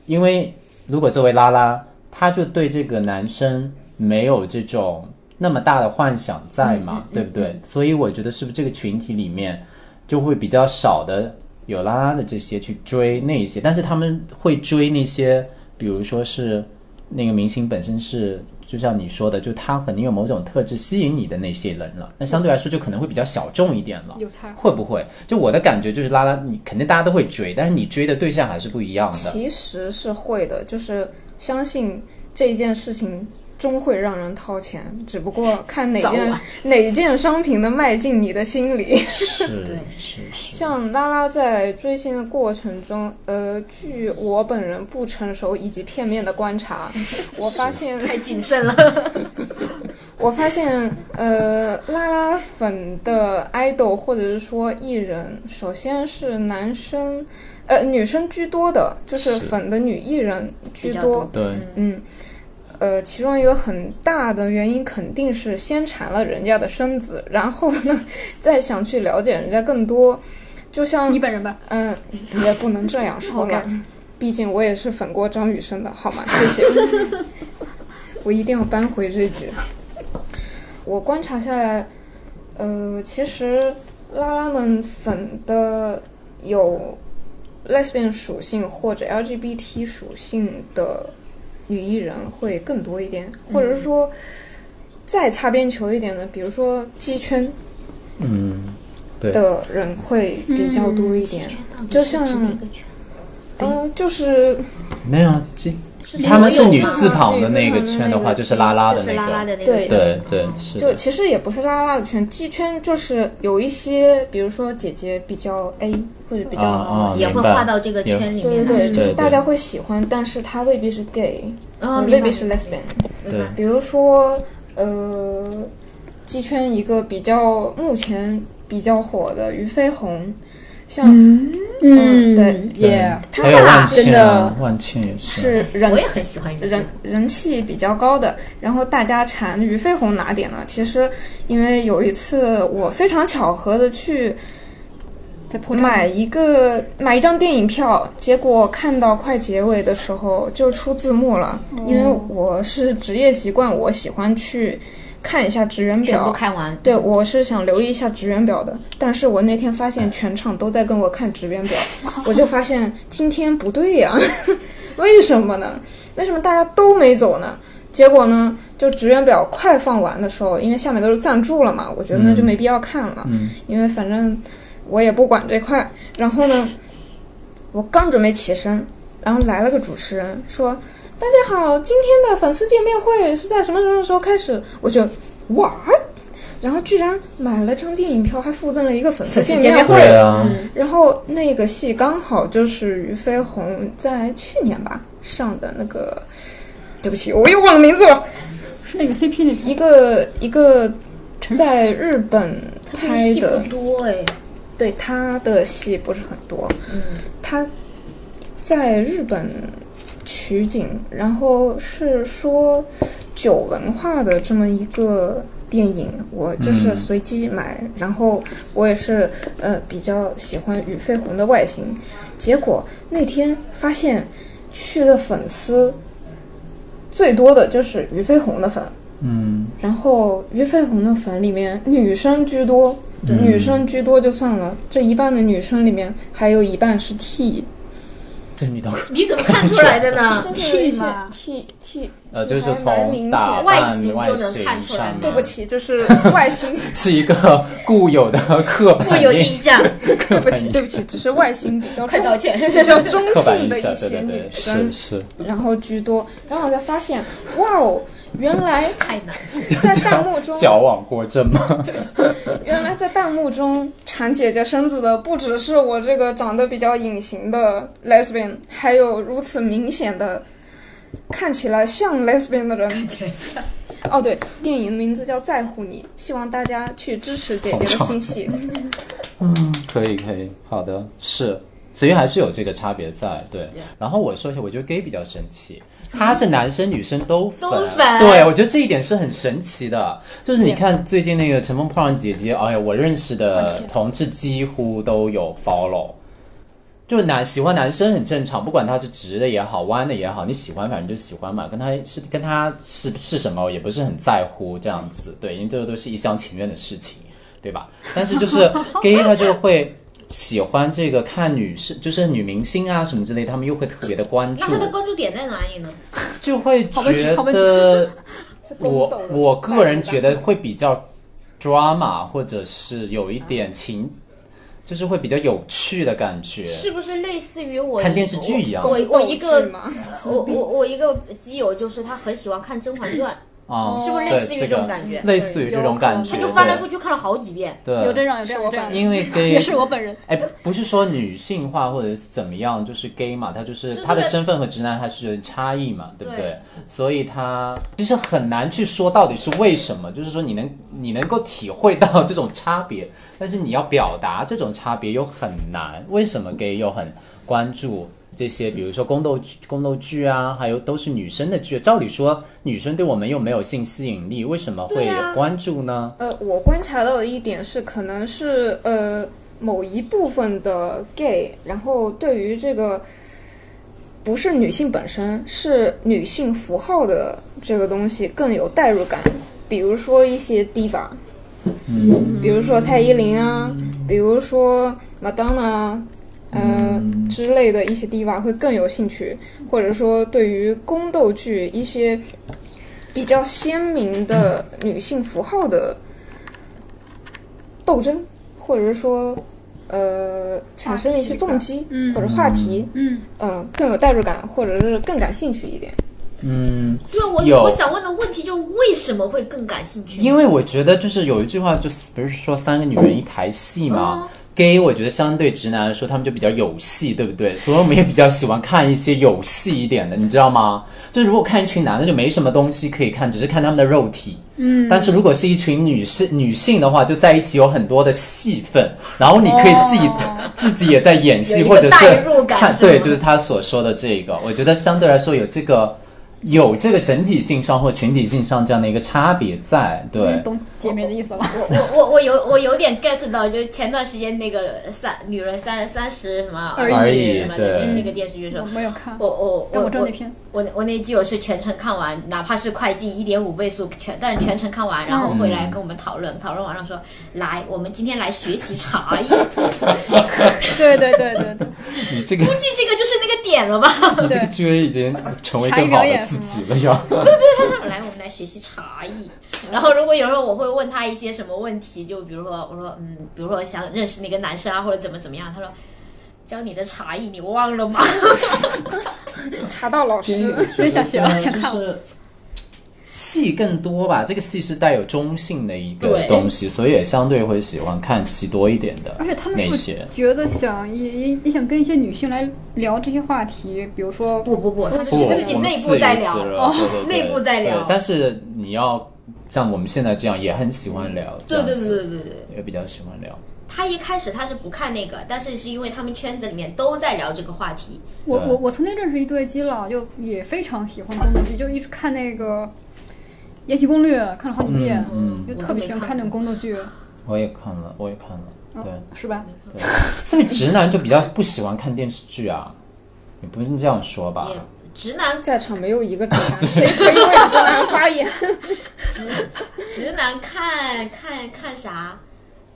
因为如果作为拉拉，她就对这个男生没有这种那么大的幻想在嘛，对不对？所以我觉得是不是这个群体里面就会比较少的有拉拉的这些去追那一些，但是他们会追那些，比如说是那个明星本身是，就像你说的，就他肯定有某种特质吸引你的那些人了，那相对来说就可能会比较小众一点了。有才华，会不会？就我的感觉就是拉拉，你肯定大家都会追，但是你追的对象还是不一样的。其实是会的，就是相信这件事情。终会让人掏钱，只不过看哪早件晚 哪件商品能迈进你的心里。 是对是是，像拉拉在追星的过程中，呃，据我本人不成熟以及片面的观 察，我发嗯现，太谨慎了， 我发现，呃，拉拉粉的爱豆或者是说艺人，首先是男生，呃，女生居多的，就是是粉的女艺人居比较多多。对嗯，呃，其中一个很大的原因肯定是先馋了人家的身子，然后呢， 再想去了解人家更多。就像你本人吧，嗯，也不能这样说了 OK，毕竟我也是粉过张雨生的，好吗？谢谢。 我一定要扳回这局。我观察下来，呃，其实拉拉们粉的有 lesbian 属性或者 LGBT 属性的女艺人会更多一点，或者是说再擦边球一点的，比如说鸡圈嗯，对的人会比较多一点。嗯就像呃，就是没有啊这是他们是有女吗字旁的那女字旁的那个个圈的话，圈就是拉拉的就是那拉拉个，的那个对圈对子对嗯是就的，其实也不是拉拉的圈，鸡圈就是有一些，比如说姐姐比较 A 或者比较、啊啊也会明白划到这个圈里对面来。对对，嗯就是对大家会喜欢，但是她未必是 gay，、呃嗯，未明白必是 lesbian。对比如说呃，鸡圈一个比较目前比较火的俞飞鸿，像嗯对也他还有爸万茜真啊的，万茜也是，是人我也很喜欢人人人气比较高的，然后大家馋俞飞鸿哪点呢？其实，因为有一次我非常巧合的去在破买一个买一张电影票，结果看到快结尾的时候就出字幕了，因为嗯哦我是职业习惯，我喜欢去看一下职员全部表。看完，嗯对，我是想留意一下职员表的，但是我那天发现全场都在跟我看职员表，我就发现今天不对呀、 为什么呢？为什么大家都没走呢？结果呢，就职员表快放完的时候，因为下面都是赞助了嘛，我觉得那就没必要看了，嗯因为反正我也不管这块。然后呢，我刚准备起身，然后来了个主持人说：“大家好，今天的粉丝见面会是在什么什么时候开始？”我就 what，然后居然买了张电影票，还附赠了一个粉丝见面会。对啊，嗯然后那个戏刚好就是俞飞鸿在去年吧上的那个，对不起，我又忘了名字了。是那个 CP 那一个一个在日本拍戏的不，多哎，对他的戏不是很多，嗯，他在日本取景，然后是说酒文化的这么一个电影，我就是随机买，然后我也是呃比较喜欢俞飞鸿的外形，结果那天发现去的粉丝最多的就是俞飞鸿的粉，嗯，然后俞飞鸿的粉里面女生居多，女生居多就算了，这一半的女生里面还有一半是 T 这你倒是你怎么看出来 的呢？ T 是嘛 T T，呃，就是还蛮明从打显。外扮形外就能形看出来上吗面，对不，起，这是外 形，是一个固有的刻固板有印印 象，对不起，对不起，只是外形比较快重道 歉。比较中刻板性印的象，对一些对女对，生是，是，然后居多。然后我才发现，哇哦，原来太 难，在弹幕 中，矫枉过正吗？原来在弹幕中缠姐姐身子的不只是我这个长得比较隐形的 lesbian，还有如此明显的。看起来像 lesbian 的人哦，对，电影名字叫《在乎你》，希望大家去支持姐姐的新戏。可以可以，好的，是，所以还是有这个差别在，嗯对。然后我说一下，我觉得 gay 比较神奇，他是男生女生都粉，都粉对我觉得这一点是很神奇的。就是你看最近那个《乘风破浪》姐姐，哎呀，我认识的同志几乎都有 follow。就是男喜欢男生很正常，不管他是直的也好，弯的也好，你喜欢反正就喜欢嘛，跟他是跟他是是什么也不是很在乎这样子，对，因为这个都是一厢情愿的事情，对吧？但是就是 gay 他就会喜欢这个看女生，就是女明星啊什么之类，他们又会特别的关注那，他的关注点在哪里呢？就会好问题觉好问题得是宫斗我的我个人觉得会比较 drama，或者是有一点情，就是会比较有趣的感觉。是不是类似于我看电视剧一样我我一宫斗剧个嘛我我我一个基友，就是他很喜欢看《甄嬛传啊、》，哦是不是类似于对这这种个感觉？类似于这种感觉，他对就翻来覆去看了好几遍。对，有这种有是这种我有这样本人呃因为 gay 也是我本人。哎，不是说女性化或者是怎么样，就是 gay 嘛，他就是对他的对身份和直男还是有点差异嘛，对不对？对所以他其实很难去说到底是为什么，就是说你能你能够体会到这种差别，但是你要表达这种差别又很难。为什么 gay 又很关注这些，比如说宫斗剧、宫斗剧啊，还有都是女生的剧，照理说女生对我们又没有性吸引力，为什么会对啊关注呢？呃，我观察到的一点是，可能是呃某一部分的 gay，然后对于这个不是女性本身，是女性符号的这个东西更有代入感。比如说一些 diva，比如说蔡依林啊，比如说 Madonna 啊，呃之类的一些 diva 会更有兴趣，或者说对于宫斗剧一些比较鲜明的女性符号的斗争，或者说呃产生一些撞击嗯或者话题，嗯，嗯、更有代入感，或者是更感兴趣一点。嗯，对啊，有我我想问的问题就是为什么会更感兴趣？因为我觉得就是有一句话，就是不是说三个女人一台戏哦嗯嘛、g a y 我觉得相对直男来说，他们就比较有戏，对不对？所以我们也比较喜欢看一些有戏一点的，你知道吗？就如果看一群男的，就没什么东西可以看，只是看他们的肉体。嗯，但是如果是一群女士女性的话，就在一起有很多的戏份，然后你可以自己、哦自己也在演戏，哦有一个或者是代入感看是对，吗就是他所说的这个，我觉得相对来说有这个有这个整体性上或群体性上这样的一个差别在，对。懂姐妹的意思了。我我我我有我有点 get 到，就是前段时间那个三女人三三十什么而已什么的对那那个电视剧的时我候，没有看，我我但我我知道那篇。我我那基友是全程看完，哪怕是快进一点五倍速全，但是全程看完，然嗯后回来跟我们讨论，讨论完了说，来，我们今天来学习茶 艺，估对对对对对，你 这个计这个就是那个点了吧？你这个对 GA 已经成为更好的自己了 呀。来，我们来学习茶艺。然后如果有时候我会问他一些什么问题，就比如说我说嗯，比如说想认识那个男生啊，或者怎么怎么样，他说教你的茶艺你忘了吗？查到老师，所以想学了，想看就了。是戏更多吧，这个戏是带有中性的一个对东西，所以也相对会喜欢看戏多一点的而且他们是那不些是。觉得想也也也想跟一些女性来聊这些话题，比如说不不不，他是不，自己内部在聊我。们 自娱自啊乐对对对内部在聊对但是你要像我们现在这样，也很喜欢聊。对对这样对子对对对，也比较喜欢聊。他一开始他是不看那个，但是是因为他们圈子里面都在聊这个话题，我对我我曾经认识一对基佬，就也非常喜欢宫斗剧，就一直看那个延禧攻略》看了好几遍，嗯，就特别喜欢看那种宫斗剧，我也看了，我也看了。哦对，是吧？所以直男就比较不喜欢看电视剧啊，也不能这样说吧？也直男在场没有一个直男，谁可以为直男发言？直男看看看啥？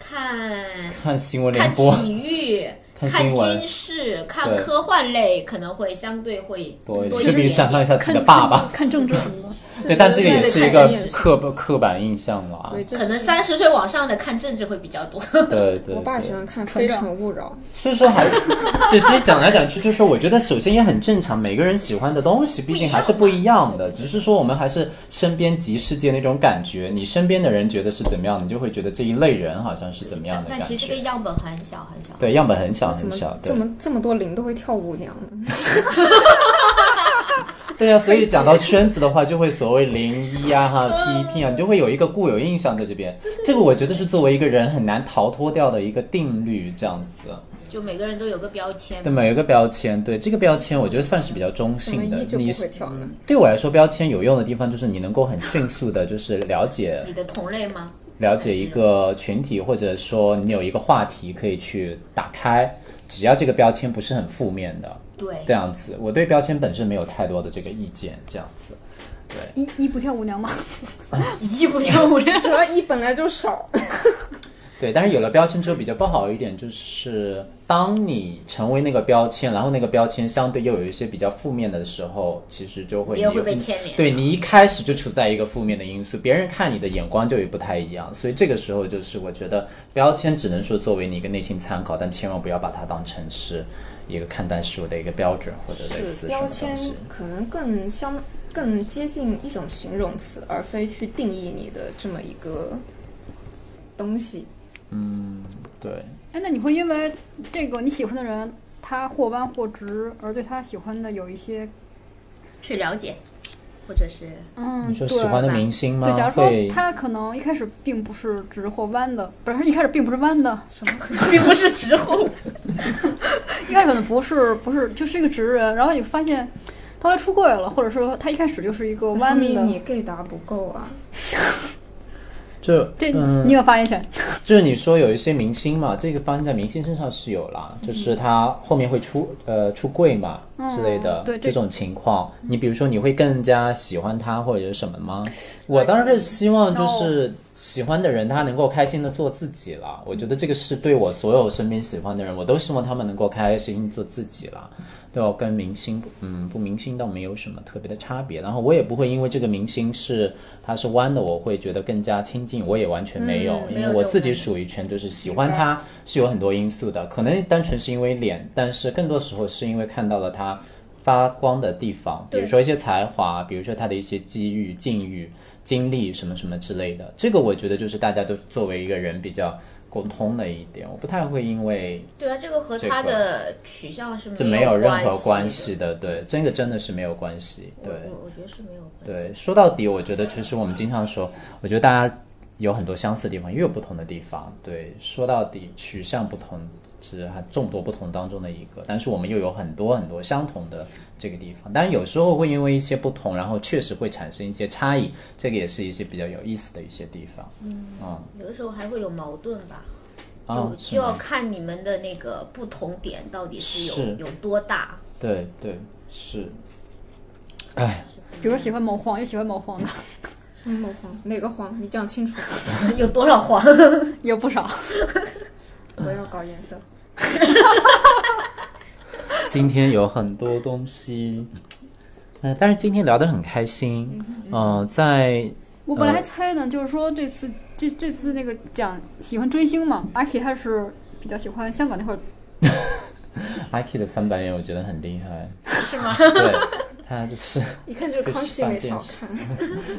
看看新闻联看播体育。看新闻军事、看对科幻类可能会相对会多一多点，一就比如点。想象一下自己看的爸爸，看政治什 么的。对，但这个也是一个这是刻刻板印象啦。对这可能是三十岁往上的看政治会比较 多。对对，我爸对喜欢看《非诚勿扰所以说还对，所以讲来讲去，就是我觉得首先也很正常，每个人喜欢的东西毕竟还是不一样的，只是说我们还是身边即世界那种感觉，你身边的人觉得是怎么样，你就会觉得这一类人好像是怎么样的但感其实这个觉。样本很小很小。对，样本很小》，怎很么小，这对么这么多零都会跳舞娘呢？对呀、所以讲到圈子的话，就会所谓零一啊、哈嗯批评啊，你就会有一个固有印象在这边。这个我觉得是作为一个人很难逃脱掉的一个定律，这样子。就每个人都有个标签对，。每一个标签，对这个标签，我觉得算是比较中怎么性的嗯一。就你不是会跳呢？对我来说，标签有用的地方就是你能够很迅速的，就是了解你的同类吗？了解一个群体，或者说你有一个话题可以去打开，只要这个标签不是很负面的，对，这样子，我对标签本身没有太多的这个意见，这样子。一一不跳舞娘吗？一不要五六。主要一本来就少，对，但是有了标签之后比较不好一点，就是当你成为那个标签，然后那个标签相对又有一些比较负面的时候，其实就 会也你会被牵连对你一开始就处在一个负面的因素，别人看你的眼光就也不太一样，所以这个时候就是我觉得标签只能说作为你一个内心参考，但千万不要把它当成是一个看待事物的一个标准或者类似什么标东签西。可能更相更接近一种形容词，而非去定义你的这么一个东西。嗯对， 哎，那你会因为这个你喜欢的人他或弯或直，而对他喜欢的有一些去了解，或者是嗯，你说对喜欢的吧明星吗？对，假如会说他可能一开始并不是直或弯的，不是一开始并不是弯的，什么？并不是直呼。一开始可能不是不是就是一个直人，然后你发现他后来出柜了，或者说他一开始就是一个这说弯明的，你 gay 达不够啊！就这嗯你有发言权。 就是你说有一些明星嘛，这个发生在明星身上是有啦，就是他后面会出呃出柜嘛之类的、嗯嗯对这这嗯种情况，你比如说你会更加喜欢他或者是什么吗？我当然是希望就是喜欢的人他能够开心的做自己啦，我觉得这个是对我所有身边喜欢的人，我都希望他们能够开心做自己啦。对我跟明星嗯不明星倒没有什么特别的差别，然后我也不会因为这个明星是他是弯的，我会觉得更加亲近，我也完全没有，嗯因没有为这我种自己感觉属于圈，就是喜欢他是有很多因素的，可能单纯是因为脸，但是更多时候是因为看到了他发光的地方，比如说一些才华，比如说他的一些机遇、境遇、经历什么什么之类的。这个我觉得就是大家都作为一个人比较共通的一点，我不太会因为对啊，这个和这他个的取向是这没没有任何关关系的。的，对，这个真的是没有关系，对。我我我觉得是没有关系。对，说到底，我觉得其实我们经常说，我觉得大家有很多相似的地方，也有不同的地方。对，说到底，取向不同是很众多不同当中的一个，但是我们又有很多很多相同的这个地方。但有时候会因为一些不同，然后确实会产生一些差异，这个也是一些比较有意思的一些地方。嗯，有的时候还会有矛盾吧，啊就，是就要吗？看你们的那个不同点到底是有是有多大。 对对是。哎，比如说喜欢某黄，又喜欢某黄的什么嗯黄？哪个黄？你讲清楚，嗯有多少黄？有不少。不要搞颜色。今天有很多东西，嗯，但是今天聊得很开心。嗯、在我本来还嗯猜呢，就是说这次这这次那个讲喜欢追星嘛，阿 K 他是比较喜欢香港那会儿， Nike 的翻白眼我觉得很厉害，是吗？对，他就是一看就是康熙没少看，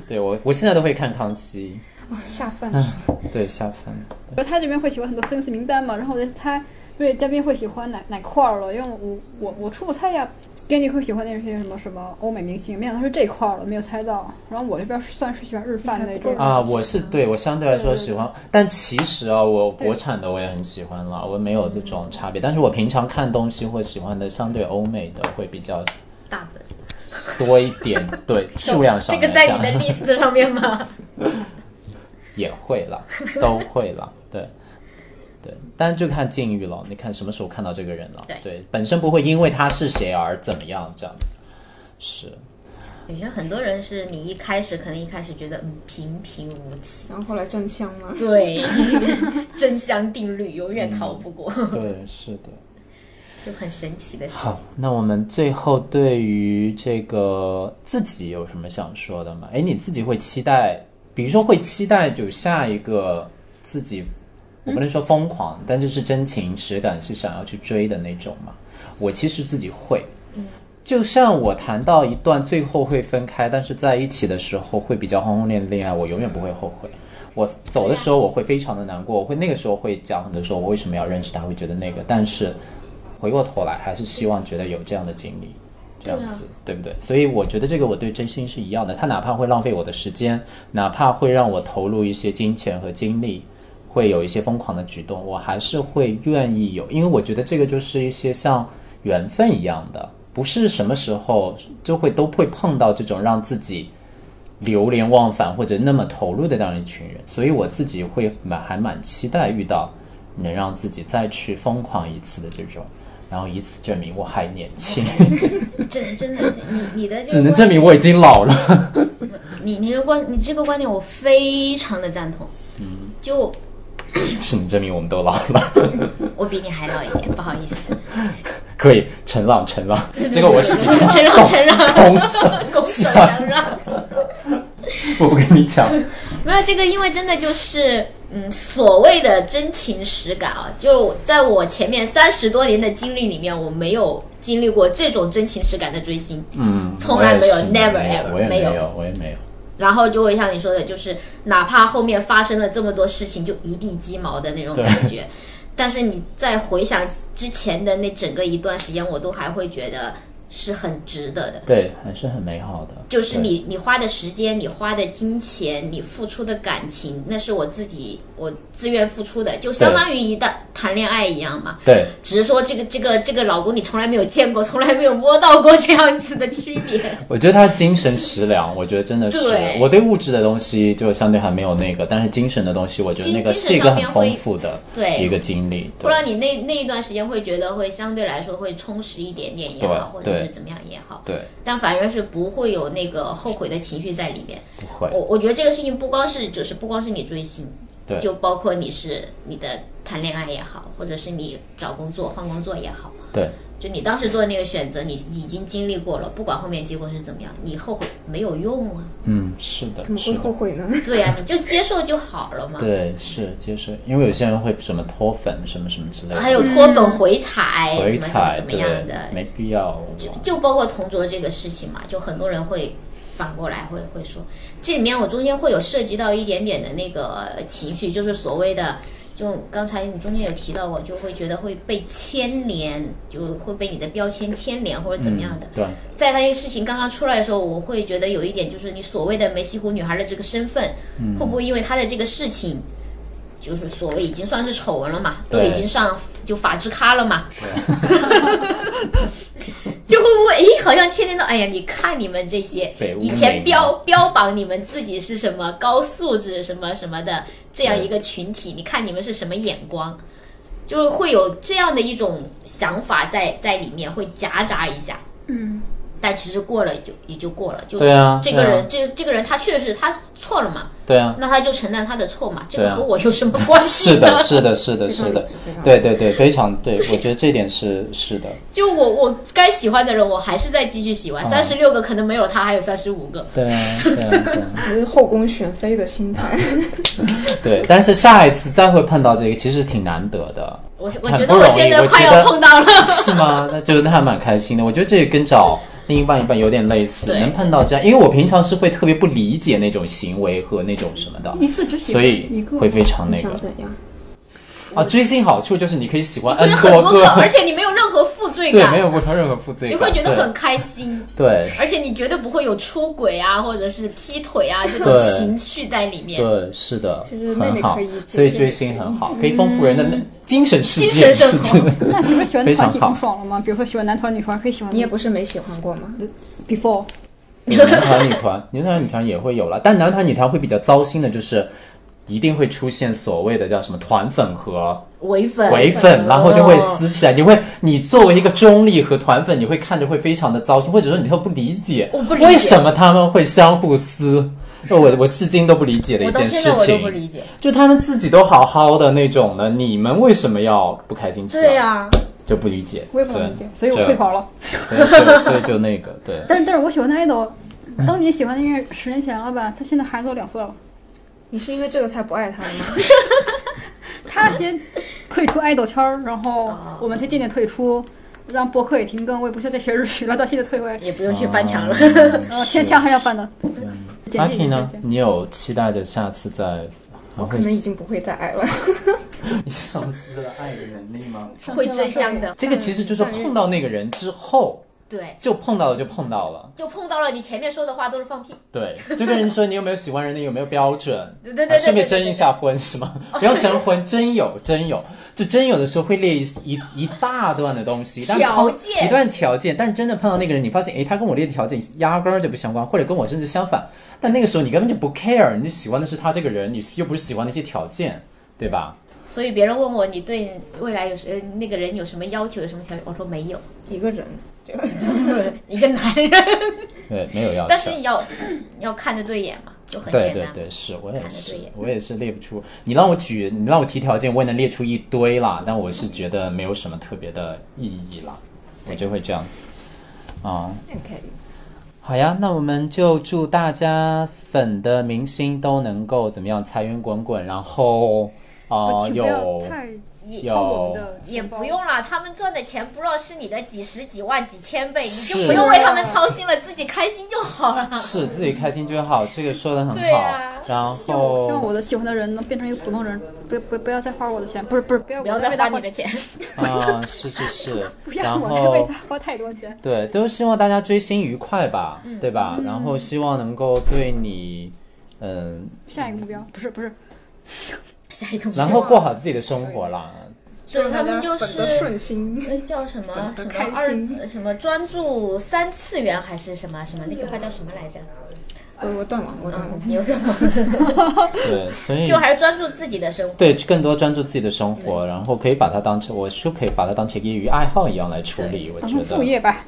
对我，我现在都会看康熙， 哇，下饭嗯是对下饭，然后他这边会喜欢很多 fans 名单嘛，然后我在猜对嘉宾会喜欢哪哪块儿了，因为我我我出过猜呀。g a n d y 会喜欢那些什么什么欧美明星，没想到是这块儿了，没有猜到。然后我这边算是喜欢日饭那种你还不够，啊，嗯我是对我相对来说对对喜欢，但其实啊，我对国产的我也很喜欢啦，我没有这种差别，但是我平常看东西会喜欢的相对欧美的会比较大本。多一点，对数量上这个来在讲你的 list 上面吗？也会了，都会了，对，对，但是就看境遇了，你看什么时候看到这个人了，对本身不会因为他是谁而怎么样这样子，是，有些很多人是你一开始可能一开始觉得嗯平平无奇，然后后来正香吗？对， 真香定律永远逃不嗯过， 对，是的。就很神奇的事情好。，那我们最后对于这个自己有什么想说的吗？哎，你自己会期待，比如说会期待就下一个自己，我不能说疯狂，但是是真情实感，是想要去追的那种吗？我其实自己会，就像我谈到一段最后会分开，但是在一起的时候会比较轰轰烈烈的恋爱，我永远不会后悔。我走的时候我会非常的难过，我会那个时候会讲很多说我为什么要认识他，会觉得那个，但是回过头来还是希望觉得有这样的经历，这样子，对不对？所以我觉得这个我对真心是一样的，他哪怕会浪费我的时间，哪怕会让我投入一些金钱和精力，会有一些疯狂的举动，我还是会愿意有，因为我觉得这个就是一些像缘分一样的，不是什么时候就会都会碰到这种让自己流连忘返或者那么投入的这样一群人，所以我自己会蛮还蛮期待遇到能让自己再去疯狂一次的这种。然后以此证明我还年轻，真真的，你你的这个只能观证明我已经老了。你你这个观你这个观点我非常的赞同。嗯，就只能证明我们都老了。我比你还老一点，不好意思。可以，陈浪，陈浪，这个我是哦比较 承让承让，懂的。 拱手相让。我跟你讲，没有这个，因为真的就是，嗯，所谓的真情实感啊，就在我前面三十多年的经历里面，我没有经历过这种真情实感的追星，嗯，从来没有我也是 never 没有 ever，我也没有有，我也没有。然后就会像你说的，就是哪怕后面发生了这么多事情，就一地鸡毛的那种感觉。但是你再回想之前的那整个一段时间，我都还会觉得是很值得的。对，还是很美好的。就是你你花的时间、你花的金钱、你付出的感情，那是我自己我自愿付出的，就相当于一段谈恋爱一样嘛。对，只是说这个这个这个老公你从来没有见过，从来没有摸到过这样子的区 别。我觉得他精神食粮，我觉得真的是对我对物质的东西就相对还没有那个，但是精神的东西，我觉得精那个是一个很丰富的对，一个经历。不对然你那那一段时间会觉得会相对来说会充实一点点也好，或对者是怎么样也好，对，但反而是不会有那个后悔的情绪在里面。不会我我觉得这个事情不光是就是不光是你追星，对就包括你是你的谈恋爱也好，或者是你找工作换工作也好，对，就你当时做的那个选择，你已经经历过了，不管后面结果是怎么样，你后悔没有用啊。嗯，是的，怎么是会的后悔呢？对呀、你就接受就好了嘛。对，是就是因为有些人会什么脱粉什么什么之类的，还有脱粉回踩，回怎么怎么踩，怎么对样的，，没必要。就就包括同桌这个事情嘛，就很多人会反过来会会说，这里面我中间会有涉及到一点点的那个呃情绪，就是所谓的，就刚才你中间有提到过，就会觉得会被牵连，就是会被你的标签牵连或者怎么样的。嗯？对，在那些事情刚刚出来的时候，我会觉得有一点就是你所谓的梅西湖女孩的这个身份，嗯会不会因为她的这个事情，就是所谓已经算是丑闻了嘛，都对已经上就法制咖了嘛， 就会不会诶，好像牵连到哎呀，你看你们这些北乌以前美标标榜你们自己是什么高素质什么什么的这样一个群体，你看你们是什么眼光？就是会有这样的一种想法在在里面，会夹杂一下。嗯，但其实过了也就也就过了，就对啊这个对啊人，这这个人他确实是他错了嘛，对啊，那他就承担他的错嘛，这对个啊和我有什么关系是呢？ 的，是的，是的，是的非常理智非常理，智对对对，非常对，我觉得这点是是 的，就我我该喜欢的人，我还是在继续喜欢。嗯三十六个可能没有他，还有三十五个。对啊，对啊，对啊。你是后宫选妃的心态，对，但是下一次再会碰到这个，其实挺难得 的，我我很觉不得我容易现在我快觉要得碰到了。是吗？那就那还蛮开心的。我觉得这个跟找另一半一半有点类似，对能碰到这样，因为我平常是会特别不理解那种行为和那种什么的，一次只喜所欢以一个，会非常你那想个怎样？啊。追星好处就是你可以喜欢会 N 有很多个 个，而且你没有任何负罪罪对，没感，有过他任何负罪你感，会觉得对很 开心，对而且你绝对不会有出轨啊，或者是劈腿啊这种对情绪在里面。对，是的，就是妹很妹好可以，嗯所以姐姐追星很好，可以丰富人的精神世精界，神是生活真的。 那岂不是喜欢非常团体好更爽了吗？比如说喜欢男团、女团，可以喜欢你也不是没喜欢过吗？ before。男团、女团、男团、女团也会有了，但男团、女团会比较糟心的就是。一定会出现所谓的叫什么团粉和唯粉哦唯哦粉，然后就会撕起来。你会，你作为一个中立和团粉，你会看着会非常的糟心，或者说你都不理解，我不理解为什么他们会相互撕。呃我我至今都不理解的一我到件事现在我都不情，理解。就他们自己都好好的那种的，你们为什么要不开心起来？对啊呀、就不理解，我也不能理解，所以我退团了。对，所以就 所以就那个，对，但是但是我喜欢的 idol，当年喜欢的应该十年前了吧？他现在孩子都两岁了，你是因为这个才不爱他的嗯吗？他先退出 idol 圈儿，然后哦我们才渐渐退出，让博客也停更，我也不需要再学日语了，到现在退回。也不用去翻墙了。哦然后了天墙还是要翻的。嗯阿简介 K 一下呢简介？你有期待着下次再？我可能已经不会再爱了。你丧失了爱的能力吗？ 会追香的，这个其实就是碰到那个人之后，对，就碰到了就碰到了。就碰到了你前面说的话都是放屁。对，就跟人说你有没有喜欢人的有没有标准，对对啊对顺对便对哦征一下婚是吗？不要征婚，真有真有，就真有的时候会列一一一大段的东西，但条碰件一段条件，但真的碰到那个人，你发现诶，他跟我列的条件压根儿就不相关，或者跟我甚至相反，但那个时候你根本就不 care，你就喜欢的是他这个人，你又不是喜欢那些条件，对吧？所以别人问我你对未来有呃那个人有什么要求，有什么条件，我说没 有，一个人，一个男人，对，没有要求。但是你要你要看着对眼嘛，就很对简对单。对，是我也看得是对眼，我也是列不出。你让我举，你让我提条件，我也能列出一堆啦。但我是觉得没有什么特别的意义啦，我就会这样子。啊、那可以。好呀，那我们就祝大家粉的明星都能够怎么样财源滚滚，然后啊、我请不要有太也有超我们的也钱包不用啦，他们赚的钱不知道是你的几十几万几千倍，你就是不用为他们操心了，自己开心就好 了。是自己开心就好，这个说的很对好。啊然希望希望后我的喜欢的人能变成一个普通人，不不不要再花我的钱，不是不是不要不要我再在为花他你的，钱，啊、是是是， 不要然我在为后他花太多钱。对，都希望大家追星愉快吧，嗯对吧？然后希望能够对你，嗯，下一个目标不是不是，下一个目标然后过好自己的生活啦。对他们希就望大家是粉的顺心。呃叫什么什很么开二心呃什么专注三次元还是什么什么那句话叫什么来着？我呃我断网，我断嗯网。有什么？对，所以就还是专注自己的生活。对更多专注自己的生活，然后可以把它当成，我就可以把它当成业余爱好一样来处理。我当觉成得副业吧。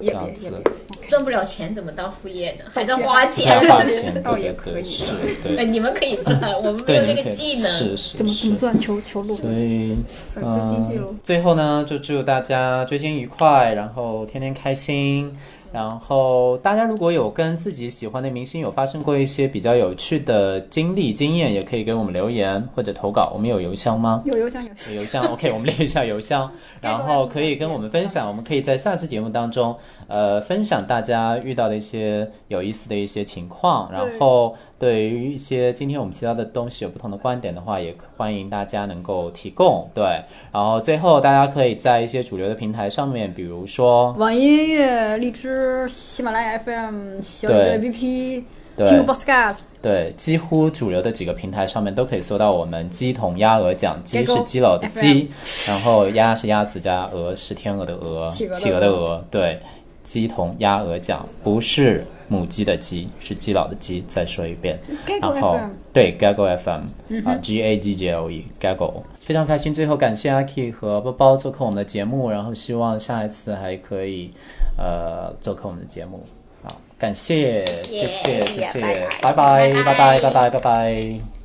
这也样别也子别，赚不了钱怎么当副业呢？还在当花不要钱。花钱，倒对也对可对，以是，哎，对你们可以赚，我们没有对，那你可个以技能。是是怎么怎么是赚求求路？所以，粉丝经济喽嗯。最后呢，就祝大家追星愉快，然后天天开心。然后大家如果有跟自己喜欢的明星有发生过一些比较有趣的经历经验，也可以给我们留言或者投稿。我们有邮箱吗？有邮箱有有邮箱，OK，我们列一下邮箱，该然过来后的可以跟我们分享，我们可以在下期节目当中，呃，分享大家遇到的一些有意思的一些情况，然对后对于一些今天我们提到的东西有不同的观点的话，也欢迎大家能够提供，对，然后最后大家可以在一些主流的平台上面，比如说，网易音乐、荔枝、喜马拉雅 FM、小宇宙对 APP、对 Q Podcast，对，几乎主流的几个平台上面都可以搜到我们鸡同鸭鹅讲，鸡狗是鸡佬的 FM 鸡，然后鸭是鸭子加鹅是天鹅的鹅，企鹅的企鹅的鹅，对，鸡同鸭鹅讲，不是母鸡的鸡，是基佬的鸡。再说一遍，该过然后 FM。对 Gaggle FM 啊，G A G G L E Gaggle，非常开心。最后感谢阿 K 和包包做客我们的节目，然后希望下一次还可以呃做客我们的节目。好，感谢，谢谢，谢谢，拜拜，拜拜，拜拜，拜拜。